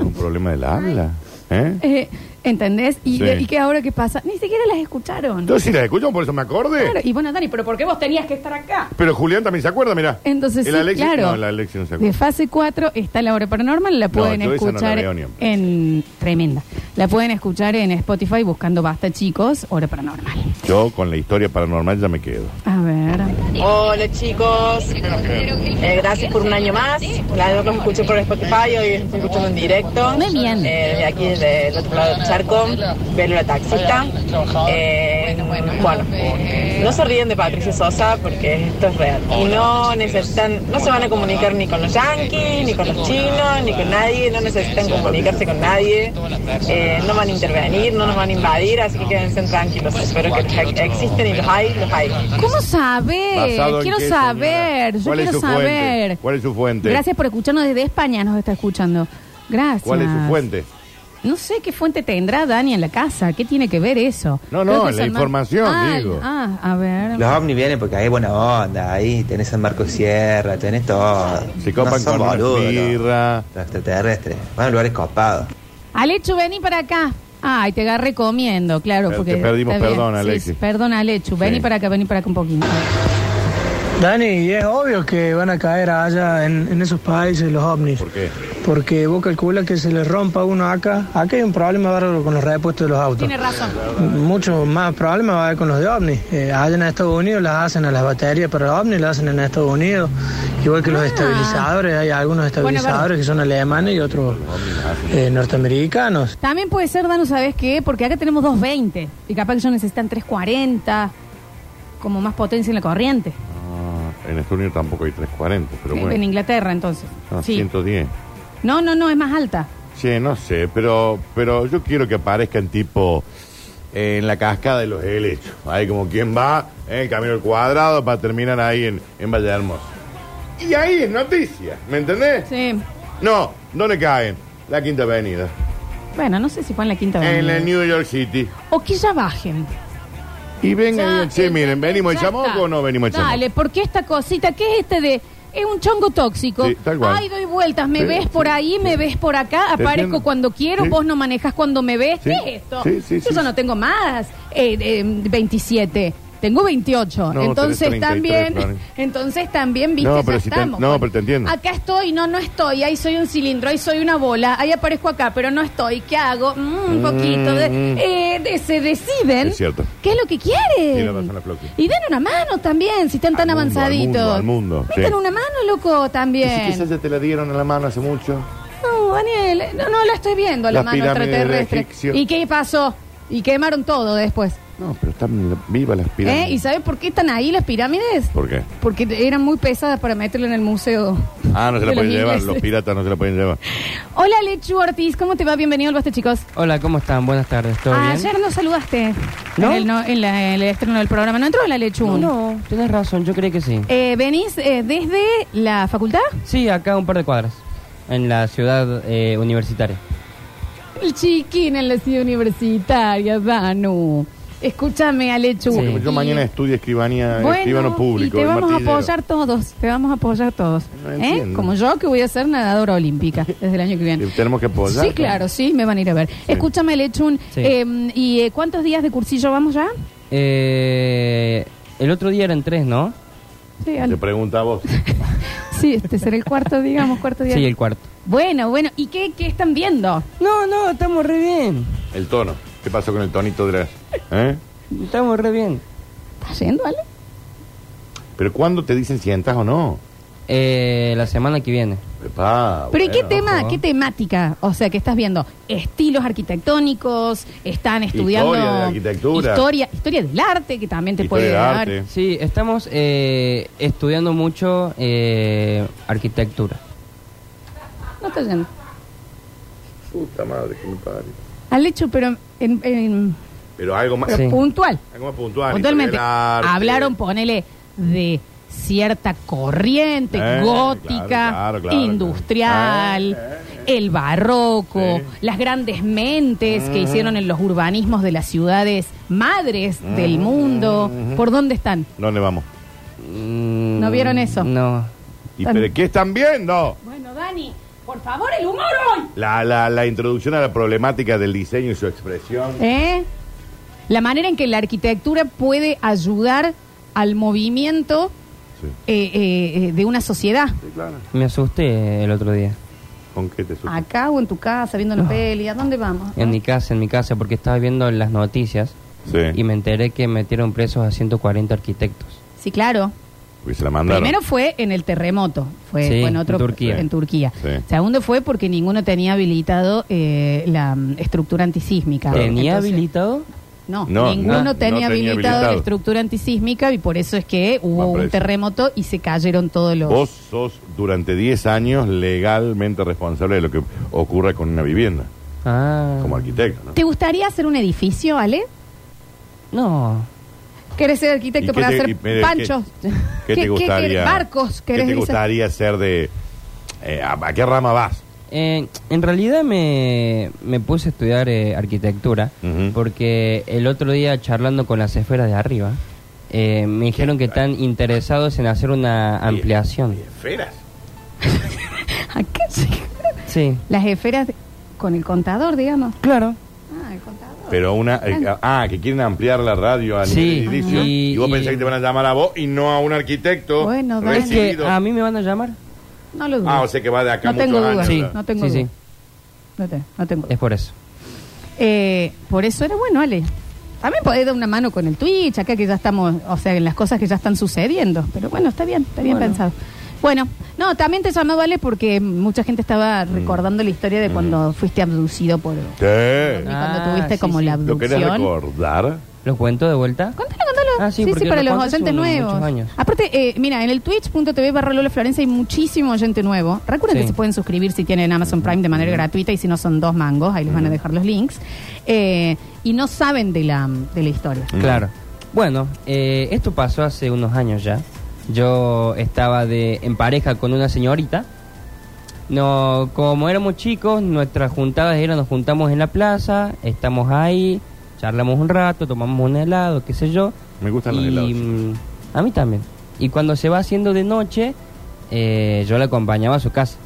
Speaker 3: Un problema del habla. ¿Eh?
Speaker 2: Eh, ¿Entendés? Y,
Speaker 3: Sí.
Speaker 2: y que ahora qué pasa? Ni siquiera las escucharon.
Speaker 3: Yo sí la escucho, por eso me acordé.
Speaker 2: Claro, y bueno, Dani, pero ¿por qué vos tenías que estar acá?
Speaker 3: Pero Julián también se acuerda, mirá.
Speaker 2: Entonces,
Speaker 3: el
Speaker 2: sí,
Speaker 3: Alexis,
Speaker 2: claro.
Speaker 3: No, el Alexis no se
Speaker 2: De
Speaker 3: acuerda.
Speaker 2: fase 4 está la hora paranormal, la
Speaker 3: No,
Speaker 2: pueden
Speaker 3: yo esa no la
Speaker 2: escuchar
Speaker 3: veo ni en
Speaker 2: en tremenda. La pueden escuchar en Spotify buscando Basta Chicos, hora paranormal.
Speaker 3: Yo con la historia paranormal ya me quedo.
Speaker 2: A ver.
Speaker 24: Hola chicos, Eh, gracias por un año más. La verdad que me escuché por Spotify, hoy estoy escuchando en directo. Muy bien. desde aquí, desde el otro lado del charco, velo la taxista. Eh, bueno, Eh, no se ríen de Patricia Sosa porque esto es real. Y no necesitan, no se van a comunicar ni con los yanquis, ni con los chinos, ni con nadie, no necesitan comunicarse con nadie. Eh, no van a intervenir, no nos van a invadir, así que quédense tranquilos. Espero que los e- existen y los hay, los hay.
Speaker 2: ¿Cómo sabe?
Speaker 3: ¿Basado en
Speaker 2: Eh, Quiero
Speaker 3: qué,
Speaker 2: saber, yo
Speaker 3: ¿Cuál es
Speaker 2: quiero
Speaker 3: su
Speaker 2: saber.
Speaker 3: fuente? ¿Cuál es su fuente?
Speaker 2: Gracias por escucharnos desde España, nos está escuchando. Gracias.
Speaker 3: ¿Cuál es su fuente?
Speaker 2: No sé qué fuente tendrá Dani en la casa, ¿qué tiene que ver eso?
Speaker 3: No,
Speaker 2: Creo que
Speaker 25: no,
Speaker 2: es
Speaker 25: la
Speaker 2: Hernán-
Speaker 25: información,
Speaker 2: Ah,
Speaker 25: digo.
Speaker 2: Ah, a ver.
Speaker 25: Los ovnis vienen porque hay buena onda, ahí tenés San Marcos Sierra, tenés todo. Se
Speaker 3: copan con una
Speaker 25: birra. Los extraterrestres, van a lugares copados.
Speaker 2: Alechu, vení para acá. Ay, te agarré comiendo, claro.
Speaker 25: Te
Speaker 2: porque
Speaker 25: perdimos,
Speaker 2: está bien.
Speaker 25: perdón,
Speaker 2: Sí,
Speaker 25: Alexis.
Speaker 2: sí, perdón, Alechu. Vení para acá, vení para acá un poquito.
Speaker 26: Dani, y es obvio que van a caer allá en, en esos países los ovnis. ¿Por
Speaker 3: qué?
Speaker 26: Porque vos calculas que se les rompa uno acá. Acá hay un problema bárbaro con los repuestos de los autos.
Speaker 2: Tiene razón.
Speaker 26: Mucho más problema va a haber con los de ovnis. Eh, allá en Estados Unidos las hacen a las baterías para los ovnis, las hacen en Estados Unidos. Igual que los Ah.
Speaker 2: Ah,
Speaker 26: estabilizadores, hay algunos estabilizadores que son alemanes y otros eh, norteamericanos.
Speaker 2: También puede ser, Danu, ¿sabes qué? Porque acá tenemos 220. Y capaz que ellos necesitan 340. Como más potencia en la corriente.
Speaker 3: Ah, en Estados Unidos tampoco hay 340, pero
Speaker 2: En
Speaker 3: bueno.
Speaker 2: Inglaterra, entonces.
Speaker 3: Ah,
Speaker 2: sí.
Speaker 3: 110.
Speaker 2: No, no, no, es más alta.
Speaker 3: Sí, no sé, pero, pero yo quiero que aparezcan tipo eh, en la cascada de los helechos. Ahí como quien va en el camino al cuadrado para terminar ahí en, en Valle de Hermoso. Y ahí es noticia, ¿me entendés?
Speaker 2: Sí.
Speaker 3: No, ¿dónde caen? La Quinta Avenida.
Speaker 2: Bueno, no sé si fue en la quinta
Speaker 3: En la
Speaker 2: avenida.
Speaker 3: New York City.
Speaker 2: O que ya bajen.
Speaker 3: Y vengan, eh, sí, miren, ¿venimos el
Speaker 2: Ya
Speaker 3: chamoco
Speaker 2: está.
Speaker 3: o no venimos el chamoco?
Speaker 2: Dale, porque esta cosita, ¿qué es este de.? Es un chongo tóxico.
Speaker 3: Sí, tal cual.
Speaker 2: Ay, doy vueltas. Me
Speaker 3: Sí,
Speaker 2: ves por ahí, me ves por acá,
Speaker 3: Te
Speaker 2: aparezco
Speaker 3: entiendo.
Speaker 2: cuando quiero,
Speaker 3: Sí.
Speaker 2: vos no manejas cuando me ves.
Speaker 3: Sí.
Speaker 2: ¿Qué es esto?
Speaker 3: Sí, sí,
Speaker 2: Yo
Speaker 3: sí,
Speaker 2: ya
Speaker 3: sí.
Speaker 2: no tengo más eh, eh, 27. Tengo 28.
Speaker 3: No,
Speaker 2: entonces
Speaker 3: tenés 33,
Speaker 2: también,
Speaker 3: Flor.
Speaker 2: entonces también, viste,
Speaker 3: No,
Speaker 2: ya
Speaker 3: pero, si te,
Speaker 2: estamos.
Speaker 3: no, pero te entiendo.
Speaker 2: Acá estoy, no, no estoy. Ahí soy un cilindro, ahí soy una bola, ahí aparezco acá, pero no estoy. ¿Qué hago? Mm, un poquito. de-
Speaker 3: Mm.
Speaker 2: eh, de- se deciden.
Speaker 3: Es cierto.
Speaker 2: ¿Qué es lo que quieren?
Speaker 3: Tiene razón la Floqui.
Speaker 2: Y den una mano también, si están tan
Speaker 3: mundo, al
Speaker 2: avanzaditos.
Speaker 3: mundo, al mundo,
Speaker 2: Metan
Speaker 3: sí.
Speaker 2: una mano, loco,
Speaker 3: Sí,
Speaker 2: también.
Speaker 3: quizás ya te la dieron a la mano hace mucho.
Speaker 2: No, Daniel, no, no la estoy viendo, la
Speaker 3: Las
Speaker 2: mano
Speaker 3: pirámides de
Speaker 2: extraterrestre.
Speaker 3: egipcio.
Speaker 2: ¿Y qué pasó? Y quemaron todo después.
Speaker 3: No, pero están vivas las
Speaker 2: ¿Eh? ¿Y
Speaker 3: pirámides.
Speaker 2: sabes por qué están ahí las pirámides?
Speaker 3: ¿Por qué?
Speaker 2: Porque eran muy pesadas para meterlo en el museo.
Speaker 3: Ah, no se la
Speaker 2: De los
Speaker 3: pueden llevar,
Speaker 2: ingleses.
Speaker 3: los piratas no se la pueden llevar.
Speaker 2: Hola, Lechu Ortiz, ¿cómo te va? Bienvenido al Basta, chicos.
Speaker 4: Hola, ¿cómo están? Buenas tardes, ¿todo bien?
Speaker 2: Ayer nos saludaste
Speaker 4: ¿No?
Speaker 2: en, el, no- en la- en el estreno del programa. ¿No entró la Lechu?
Speaker 4: No, tienes razón, yo creo que sí.
Speaker 2: Eh, ¿Venís eh, desde la facultad?
Speaker 4: Sí, acá un par de cuadras, en la ciudad eh, universitaria.
Speaker 2: El chiquín en la ciudad universitaria, Danu. Escúchame, Alechu.
Speaker 3: Porque Yo
Speaker 2: Y-
Speaker 3: mañana estudio escribanía, escribano
Speaker 2: bueno, y
Speaker 3: público.
Speaker 2: te
Speaker 3: el
Speaker 2: vamos a
Speaker 3: martillero.
Speaker 2: apoyar todos, te vamos a apoyar todos. ¿eh?
Speaker 3: entiendo.
Speaker 2: Como yo, que voy a ser nadadora olímpica desde el año que viene.
Speaker 3: Eh, Tenemos que apoyar.
Speaker 2: Sí, claro, sí, me van a ir a ver. Escúchame, Lechun, em,
Speaker 3: Sí.
Speaker 2: eh, ¿y eh, cuántos días de cursillo vamos ya?
Speaker 4: Eh, el otro día eran tres, ¿no?
Speaker 2: Sí, al-
Speaker 3: Te pregunta a vos.
Speaker 2: sí, este será el cuarto, digamos, cuarto día.
Speaker 4: Sí, el cuarto.
Speaker 2: Bueno, bueno, ¿y qué, qué están viendo?
Speaker 4: No, no, estamos re bien.
Speaker 3: El tono. ¿Qué pasó con el tonito de la... ¿Eh?
Speaker 4: Estamos re bien.
Speaker 2: ¿Estás yendo, Ale?
Speaker 3: ¿Pero cuándo te dicen si entras o no?
Speaker 4: Eh, la semana que viene.
Speaker 3: Epá,
Speaker 2: ¿Pero y qué
Speaker 3: bueno.
Speaker 2: tema, qué temática? O sea, que estás viendo estilos arquitectónicos, están estudiando
Speaker 4: Historia de la arquitectura.
Speaker 2: historia, historia del arte, que también te puede dar.
Speaker 4: Sí, estamos eh, estudiando mucho eh, arquitectura.
Speaker 2: No estás yendo.
Speaker 3: Puta madre, que me parió.
Speaker 2: Al hecho, pero en, en-
Speaker 3: Pero algo más...
Speaker 2: pero puntual.
Speaker 3: Algo más puntual.
Speaker 2: Puntualmente,
Speaker 3: historia del arte.
Speaker 2: hablaron, ponele, de cierta corriente
Speaker 3: Eh,
Speaker 2: gótica,
Speaker 3: claro, claro, claro,
Speaker 2: industrial, el barroco, las grandes mentes que
Speaker 3: Mm.
Speaker 2: hicieron en los urbanismos de las ciudades madres del mundo. ¿Por dónde están?
Speaker 3: ¿Dónde vamos? Mm,
Speaker 2: ¿No vieron eso?
Speaker 4: No.
Speaker 3: ¿Y pero qué están viendo?
Speaker 2: Bueno, Dani, por favor, el humor hoy.
Speaker 3: La, la, la introducción a la problemática del diseño y su expresión.
Speaker 2: ¿Eh? La manera en que la arquitectura puede ayudar al movimiento eh, eh, eh, de una sociedad.
Speaker 4: Me asusté el otro día.
Speaker 3: ¿Con qué te asustaste?
Speaker 2: Acá o en tu casa, viendo la peli, ¿a dónde vamos?
Speaker 4: Ah. En mi casa, en mi casa, porque estaba viendo las noticias y me enteré que metieron presos a 140 arquitectos.
Speaker 2: Sí, claro.
Speaker 3: Porque se la mandaron.
Speaker 2: Primero fue en el terremoto, fue,
Speaker 4: Sí,
Speaker 2: fue en otro
Speaker 4: en Turquía.
Speaker 2: en Turquía.
Speaker 4: Sí.
Speaker 2: Segundo fue porque ninguno tenía habilitado eh, la mm, estructura antisísmica.
Speaker 4: ¿Tenía
Speaker 2: Entonces-
Speaker 4: habilitado?
Speaker 2: No,
Speaker 4: No,
Speaker 2: ninguno tenía,
Speaker 4: no, no tenía
Speaker 2: habilitado, la
Speaker 4: habilitado.
Speaker 2: estructura antisísmica y por eso es que hubo un
Speaker 3: preso.
Speaker 2: terremoto y se cayeron todos los...
Speaker 3: Vos sos durante 10 años legalmente responsable de lo que ocurra con una vivienda, como arquitecto, ¿no?
Speaker 2: ¿Te gustaría hacer un edificio, Ale?
Speaker 4: No.
Speaker 2: ¿Querés ser arquitecto
Speaker 3: ¿Y qué
Speaker 2: para
Speaker 3: te-
Speaker 2: hacer
Speaker 3: y, eh,
Speaker 2: panchos?
Speaker 3: ¿Qué, te gustaría?
Speaker 2: barcos
Speaker 3: ¿Qué
Speaker 2: querés
Speaker 3: te
Speaker 2: hacer?
Speaker 3: gustaría ser de... eh, a, a qué rama vas?
Speaker 4: Eh, en realidad me, me puse a estudiar eh, arquitectura porque el otro día charlando con las esferas de arriba eh, me dijeron que están interesados en hacer una ampliación.
Speaker 3: ¿Esferas?
Speaker 2: Acá sí.
Speaker 4: Sí.
Speaker 2: Las esferas de- con el contador, digamos.
Speaker 4: Claro.
Speaker 2: Ah, el contador.
Speaker 3: Pero una... eh, ah, que quieren ampliar la radio a nivel
Speaker 4: Sí,
Speaker 3: edilicio. Y,
Speaker 4: y-
Speaker 3: vos
Speaker 4: y-
Speaker 3: pensás que te van a llamar a vos y no a un arquitecto
Speaker 2: Bueno, dale.
Speaker 4: Es que
Speaker 3: recibido.
Speaker 4: Ah, a mí me van a llamar.
Speaker 2: No lo dudo.
Speaker 3: Ah, o sea que va de acá
Speaker 2: no tengo
Speaker 3: muchos
Speaker 2: duda.
Speaker 3: años.
Speaker 2: Sí,
Speaker 3: ¿verdad?
Speaker 2: no tengo
Speaker 4: Sí,
Speaker 2: duda.
Speaker 4: sí.
Speaker 2: No, te- no tengo duda.
Speaker 4: Es por eso.
Speaker 2: Eh, por eso era bueno, Ale. También podés dar una mano con el Twitch, acá que ya estamos, o sea, en las cosas que ya están sucediendo. Pero bueno, está bien, está bien
Speaker 1: Bueno.
Speaker 2: pensado. Bueno, no, también te llamaba Ale porque mucha gente estaba
Speaker 3: Mm.
Speaker 2: recordando la historia de cuando fuiste abducido por...
Speaker 3: ¿Qué?
Speaker 4: Ah,
Speaker 2: cuando tuviste como la
Speaker 3: Eh. ¿Lo querés
Speaker 2: abducción.
Speaker 3: recordar?
Speaker 4: ¿Lo cuento de vuelta?
Speaker 2: Contalo, contalo.
Speaker 4: Ah, sí,
Speaker 2: sí,
Speaker 4: porque
Speaker 2: para
Speaker 4: lo
Speaker 2: los
Speaker 4: conté hace
Speaker 2: oyentes
Speaker 4: unos
Speaker 2: nuevos.
Speaker 4: muchos años.
Speaker 2: Aparte, eh, mira, en el twitch.tv barra Lola Florencia hay muchísimo oyente nuevo. Recuerden
Speaker 4: Sí.
Speaker 2: que se pueden suscribir si tienen Amazon Prime de manera gratuita y si no son dos mangos, ahí les van a dejar los links. Eh, y no saben de la, de la historia.
Speaker 4: Mm. Claro. Bueno, eh, esto pasó hace unos años ya. Yo estaba de, en pareja con una señorita. No, como éramos chicos, nuestras juntadas eran nos juntamos en la plaza, estamos ahí, charlamos un rato, tomamos un helado, qué sé yo.
Speaker 3: Me gustan Ah, los
Speaker 4: Y,
Speaker 3: helados.
Speaker 4: mm, A mí también. Y cuando se va haciendo de noche, eh, yo la acompañaba a su casa.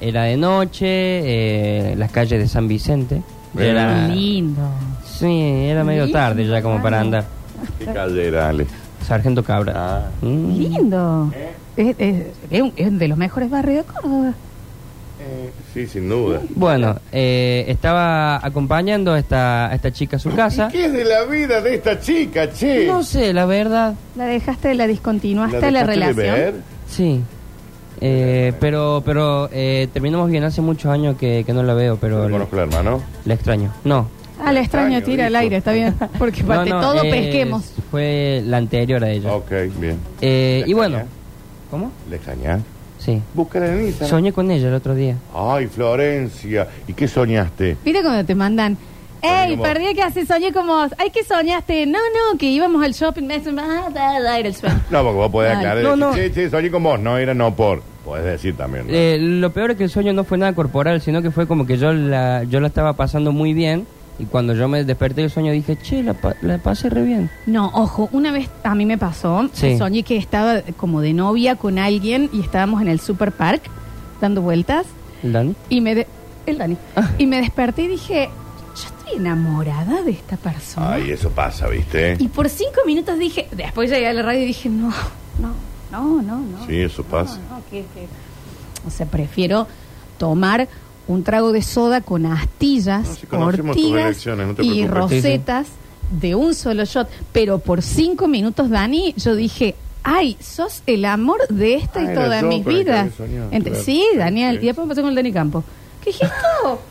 Speaker 4: Era de noche, eh, las calles de San Vicente. Era,
Speaker 2: Lindo.
Speaker 4: sí, era medio
Speaker 2: Lindo,
Speaker 4: tarde ya como para
Speaker 2: Dani.
Speaker 4: andar.
Speaker 3: ¿Qué caldera, Ale? Ah,
Speaker 4: Sargento Cabra. Mm.
Speaker 2: Lindo. Es, es- es un- es de los mejores barrios de Córdoba.
Speaker 3: Sí, sin duda.
Speaker 4: Bueno, eh, estaba acompañando a esta, a esta chica a su casa.
Speaker 3: ¿Qué es de la vida de esta chica, che?
Speaker 4: No sé, la verdad.
Speaker 2: La dejaste, la discontinuaste la,
Speaker 4: dejaste de
Speaker 2: relación.
Speaker 4: ver? Sí. Eh, pero pero eh, terminamos bien, hace muchos años eh, que, que no la veo, pero... ¿La
Speaker 3: conozco la hermano?
Speaker 4: La extraño. No.
Speaker 2: Ah, la extraño, tira al aire, está bien. Porque
Speaker 4: No,
Speaker 2: para que
Speaker 4: no,
Speaker 2: todo
Speaker 4: eh,
Speaker 2: pesquemos.
Speaker 4: Fue la anterior a ella. Eh,
Speaker 3: Ok, bien.
Speaker 4: y bueno, ¿cómo?
Speaker 3: ¿Le extrañás?
Speaker 4: Sí.
Speaker 3: Búscala en Instagram.
Speaker 4: Soñé con ella el otro día.
Speaker 3: Ay, Florencia. ¿Y qué soñaste?
Speaker 2: Viste cuando te mandan,
Speaker 3: Soñé
Speaker 2: ¡Ey,
Speaker 3: como-
Speaker 2: perdí que hace soñé como vos! ¡Ay, que soñaste! No, no, que íbamos al shopping. Me dicen, ah, da, da, era el sueño.
Speaker 3: No, porque vos podés
Speaker 2: Dale.
Speaker 3: aclarar.
Speaker 2: No,
Speaker 3: decir, Che,
Speaker 2: no.
Speaker 3: che, soñé con vos. No era no por. Podés decir también. ¿no?
Speaker 4: Eh, lo peor es que el sueño no fue nada corporal, sino que fue como que yo la, yo la estaba pasando muy bien y cuando yo me desperté del sueño dije, che, la, pa- la pasé re bien.
Speaker 2: No, ojo, una vez a mí me pasó,
Speaker 4: Sí.
Speaker 2: que soñé que estaba como de novia con alguien y estábamos en el super park dando vueltas
Speaker 4: ¿El Dani?
Speaker 3: Ah.
Speaker 2: y me... de- el Dani. Y me desperté y dije, yo estoy enamorada de esta persona.
Speaker 3: Ay, eso pasa, ¿viste?
Speaker 2: Y por cinco minutos dije, después llegué a la radio y dije, no, no, no, no, no.
Speaker 3: Sí, eso pasa.
Speaker 2: no, que- que- O sea, prefiero tomar un trago de soda con astillas,
Speaker 3: conocemos tus
Speaker 2: ortigas
Speaker 3: elecciones, no te
Speaker 2: y
Speaker 3: preocupes.
Speaker 2: rosetas de un solo shot. Pero por cinco minutos, Dani, yo dije, ay, sos el amor de esta
Speaker 1: Ah,
Speaker 2: y
Speaker 1: era
Speaker 2: toda
Speaker 1: yo
Speaker 2: mi
Speaker 1: con el que
Speaker 2: vida.
Speaker 1: había soñado,
Speaker 2: Ent-
Speaker 1: claro.
Speaker 2: Sí, Daniel, y después me pasó con el Dani Campo. ¿Qué es esto?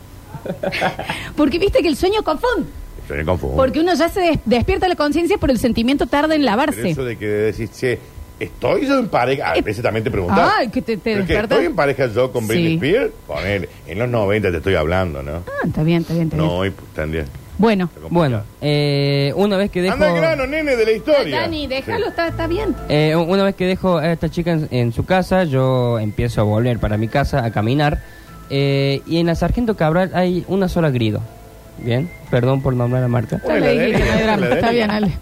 Speaker 2: Porque viste que el sueño confunde.
Speaker 3: Yo me confundo.
Speaker 2: Porque uno ya se des- despierta la conciencia, pero el sentimiento tarda en
Speaker 3: Pero
Speaker 2: lavarse.
Speaker 3: eso de que decís, che, estoy yo en pareja. A veces también te preguntás.
Speaker 2: Eh, Ay, que te, te
Speaker 3: ¿pero qué,
Speaker 2: despertas.
Speaker 3: ¿Estoy en pareja yo con Britney
Speaker 2: Sí.
Speaker 3: Spears? Con él. En los 90 te estoy hablando, ¿no?
Speaker 2: Ah, está bien, está bien, está bien.
Speaker 3: No, hoy pues, también.
Speaker 2: Bueno.
Speaker 4: Bueno, eh, una vez que dejo...
Speaker 3: Anda al grano, nene, de la historia.
Speaker 2: Dani, déjalo, está, está bien.
Speaker 4: Eh, una vez que dejo a esta chica en, en su casa, yo empiezo a volver para mi casa a caminar. Eh, y en la Sargento Cabral hay una sola grido. Bien, perdón por nombrar la marca.
Speaker 2: Ya le dije que no hay drama. Está bien, Ale.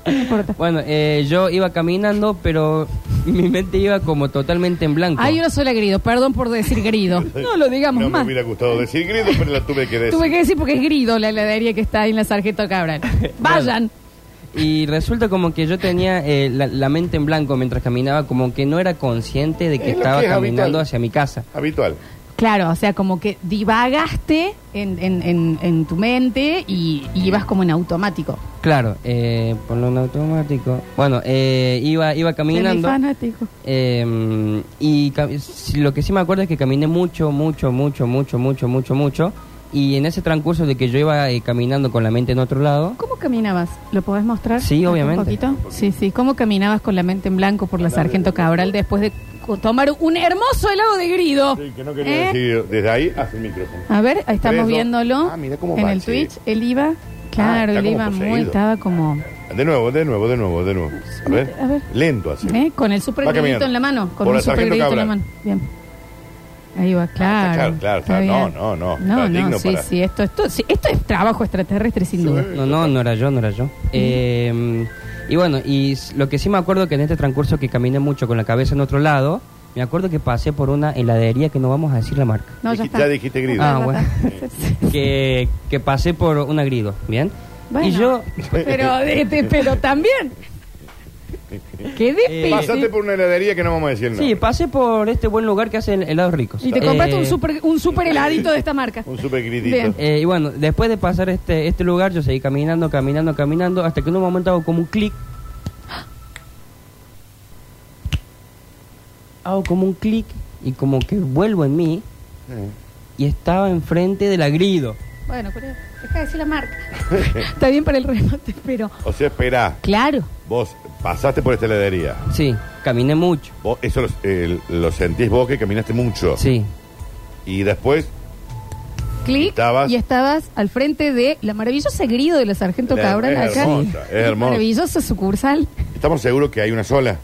Speaker 4: Bueno, eh, yo iba caminando, pero mi mente iba como totalmente en blanco.
Speaker 2: Hay una sola grido, perdón por decir grido. No lo digamos
Speaker 3: No me
Speaker 2: más.
Speaker 3: hubiera gustado decir grido, pero la tuve que decir.
Speaker 2: Tuve que decir porque es grido la heladería que está ahí en la Sargento Cabral. Vayan.
Speaker 4: Y resulta como que yo tenía eh, la, la mente en blanco mientras caminaba, como que no era consciente de que
Speaker 2: Es lo
Speaker 4: estaba
Speaker 2: que es
Speaker 4: caminando
Speaker 2: habitual.
Speaker 4: hacia mi casa.
Speaker 3: Habitual.
Speaker 2: Claro, o sea, como que divagaste en, en, en, en tu mente y, y ibas como en automático.
Speaker 4: Claro, eh, ponlo en automático. Bueno, eh, iba, iba caminando.
Speaker 2: Semifanático.
Speaker 4: Eh, y ca- si- lo que sí me acuerdo es que caminé mucho, mucho, mucho, mucho, mucho, mucho, mucho. Y en ese transcurso de que yo iba eh, caminando con la mente en otro lado,
Speaker 2: ¿Cómo caminabas? ¿Lo podés mostrar?
Speaker 4: Sí, obviamente.
Speaker 2: ¿Un poquito? Sí, sí. ¿Cómo caminabas con la mente en blanco por la Sargento Cabral después de co- tomar un hermoso helado de grido?
Speaker 3: Que no quería
Speaker 2: ¿Eh?
Speaker 3: decir desde ahí hacia el micrófono.
Speaker 2: A ver, ahí estamos
Speaker 3: Eso.
Speaker 2: viéndolo
Speaker 3: Ah, mira cómo
Speaker 2: en
Speaker 3: va,
Speaker 2: el
Speaker 3: sí. Ah,
Speaker 2: Twitch. Él iba, claro,
Speaker 3: está
Speaker 2: él
Speaker 3: como
Speaker 2: iba muy,
Speaker 3: poseído. Ah,
Speaker 2: estaba como,
Speaker 3: De nuevo, de nuevo, de nuevo, de nuevo. A ver.
Speaker 2: a ver,
Speaker 3: Lento así.
Speaker 2: ¿eh? con el super
Speaker 3: Va
Speaker 2: gridito
Speaker 3: caminando.
Speaker 2: en la mano, con
Speaker 3: Por
Speaker 2: un
Speaker 3: la
Speaker 2: super
Speaker 3: Sargento
Speaker 2: gridito en la
Speaker 3: Cabral. Ah,
Speaker 2: mano. Bien. Ahí va, claro.
Speaker 3: claro, claro,
Speaker 2: está
Speaker 3: claro.
Speaker 2: bien.
Speaker 3: No, no, no.
Speaker 2: No,
Speaker 3: Está
Speaker 2: no,
Speaker 3: digno
Speaker 2: sí,
Speaker 3: para-
Speaker 2: sí, esto, esto, sí, esto es trabajo extraterrestre sin duda.
Speaker 4: No, no, no era yo, no era yo. Eh, y bueno, y s- lo que sí me acuerdo que en este transcurso que caminé mucho con la cabeza en otro lado, me acuerdo que pasé por una heladería que no vamos a decir la marca.
Speaker 2: No, ya está.
Speaker 3: dijiste
Speaker 2: grido.
Speaker 4: Ah, bueno. que, que pasé por una grido, ¿bien?
Speaker 2: Bueno,
Speaker 4: y yo...
Speaker 2: Pero, de- de- pero también.
Speaker 4: Eh,
Speaker 2: Qué difícil.
Speaker 3: Pasaste por una heladería que no vamos a decir nada.
Speaker 4: Sí, pasé por este buen lugar que hace helados ricos.
Speaker 2: Y te compraste un super, un super heladito de esta marca.
Speaker 3: Un super
Speaker 2: Bien.
Speaker 4: Eh, y bueno, después de pasar este, este lugar, yo seguí caminando, caminando, caminando, hasta que en un momento hago como un clic. Hago como un clic y como que vuelvo en mí y estaba enfrente del agrido.
Speaker 2: Bueno, pero deja de decir la marca. Está bien para el remate, pero.
Speaker 3: o sea, esperá.
Speaker 2: Claro.
Speaker 3: Vos pasaste por esta heladería.
Speaker 4: Sí, caminé mucho.
Speaker 3: Vos, eso lo, eh, lo sentís vos que caminaste mucho.
Speaker 4: Sí.
Speaker 3: Y después
Speaker 2: Clic.
Speaker 3: Estabas-
Speaker 2: Y estabas al frente de la maravillosa grido de la Sargento
Speaker 3: La-
Speaker 2: Cabral
Speaker 3: es
Speaker 2: acá.
Speaker 3: hermosa, es hermosa.
Speaker 2: Maravillosa sucursal.
Speaker 3: estamos seguros que hay una sola.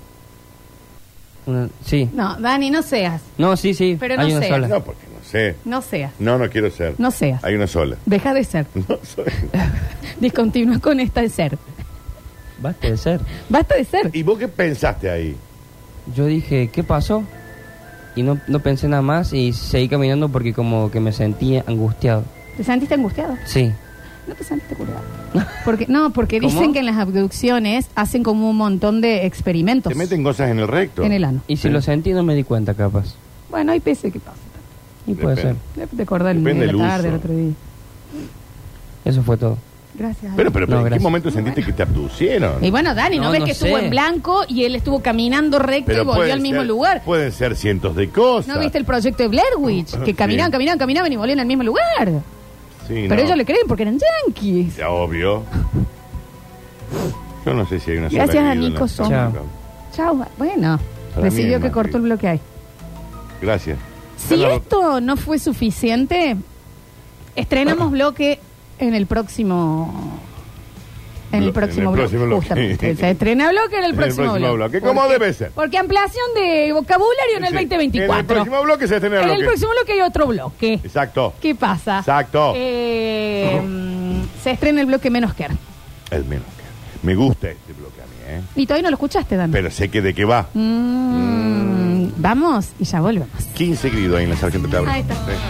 Speaker 4: Una- sí.
Speaker 2: No, Dani, no seas.
Speaker 4: No, sí, sí.
Speaker 2: Pero no hay una seas. sola.
Speaker 3: No, porque no sé.
Speaker 2: No seas.
Speaker 3: No, no quiero ser.
Speaker 2: No seas.
Speaker 3: Hay una sola.
Speaker 2: Deja de ser.
Speaker 3: No soy.
Speaker 2: Discontinúa con esta de ser.
Speaker 4: Basta de ser.
Speaker 2: Basta de ser.
Speaker 3: ¿Y vos qué pensaste ahí?
Speaker 4: Yo dije, ¿qué pasó? Y no, no pensé nada más y seguí caminando porque como que me sentía angustiado.
Speaker 2: ¿Te sentiste angustiado?
Speaker 4: Sí.
Speaker 2: No te sentiste curado. Porque, no, porque
Speaker 4: ¿Cómo?
Speaker 2: dicen que en las abducciones hacen como un montón de experimentos.
Speaker 3: Te meten cosas en el recto.
Speaker 2: En el ano.
Speaker 4: Y si lo sentí no me di cuenta capaz.
Speaker 2: Bueno, hay peces que pasa.
Speaker 4: Y puede
Speaker 3: Depende.
Speaker 4: ser.
Speaker 2: Dep- Te acordás el
Speaker 3: Depende
Speaker 2: de la
Speaker 3: del
Speaker 2: tarde, el
Speaker 3: uso.
Speaker 2: otro día.
Speaker 4: Eso fue todo.
Speaker 2: Gracias. Ale.
Speaker 3: Pero, pero, pero
Speaker 4: No,
Speaker 3: ¿en qué
Speaker 4: gracias.
Speaker 3: momento sentiste que te abducieron?
Speaker 2: Y bueno, Dani, ¿no,
Speaker 3: No,
Speaker 2: ves
Speaker 3: no
Speaker 2: que estuvo
Speaker 3: sé.
Speaker 2: en blanco y él estuvo caminando recto y volvió
Speaker 3: pueden
Speaker 2: al mismo
Speaker 3: ser-
Speaker 2: lugar?
Speaker 3: Pueden ser cientos de cosas.
Speaker 2: ¿No viste el proyecto de Blair Witch? Que
Speaker 3: Sí.
Speaker 2: caminaban, caminaban, caminaban y volvían al mismo lugar.
Speaker 3: Sí,
Speaker 2: Pero
Speaker 3: no.
Speaker 2: ellos le creen porque eran yanquis.
Speaker 3: Ya, obvio. Yo no sé si hay una sola.
Speaker 2: Gracias
Speaker 3: vida
Speaker 2: a
Speaker 3: en
Speaker 2: Nico
Speaker 3: la-
Speaker 2: Son. Chao. Chau. Bueno,
Speaker 3: Para mí
Speaker 2: decidió
Speaker 3: es
Speaker 2: que
Speaker 3: más
Speaker 2: cortó el bloque ahí.
Speaker 3: Gracias.
Speaker 2: Si
Speaker 3: Perdón.
Speaker 2: esto no fue suficiente,
Speaker 3: Ah.
Speaker 2: estrenamos bloque en el próximo. En
Speaker 3: Blo-
Speaker 2: el
Speaker 3: en
Speaker 2: próximo
Speaker 3: el
Speaker 2: bloque.
Speaker 3: próximo bloque.
Speaker 2: Justamente. Se estrena bloque en el próximo, bloque.
Speaker 3: ¿Cómo
Speaker 2: Porque-
Speaker 3: debe ser?
Speaker 2: Porque ampliación de vocabulario en el
Speaker 3: Sí.
Speaker 2: 2024.
Speaker 3: En el próximo bloque se estrena el
Speaker 2: En el
Speaker 3: bloque.
Speaker 2: próximo bloque hay otro bloque.
Speaker 3: Exacto.
Speaker 2: ¿Qué pasa?
Speaker 3: Exacto.
Speaker 2: Eh, mm, se estrena el bloque menos que.
Speaker 3: El menos que. Me gusta este bloque a mí, ¿eh?
Speaker 2: Y todavía no lo escuchaste, Dan.
Speaker 3: Pero sé que de qué va.
Speaker 2: Mm, Vamos y ya volvemos.
Speaker 3: 15 gridos ahí en la Sargento Cabral.
Speaker 2: Ahí está.
Speaker 3: Sí.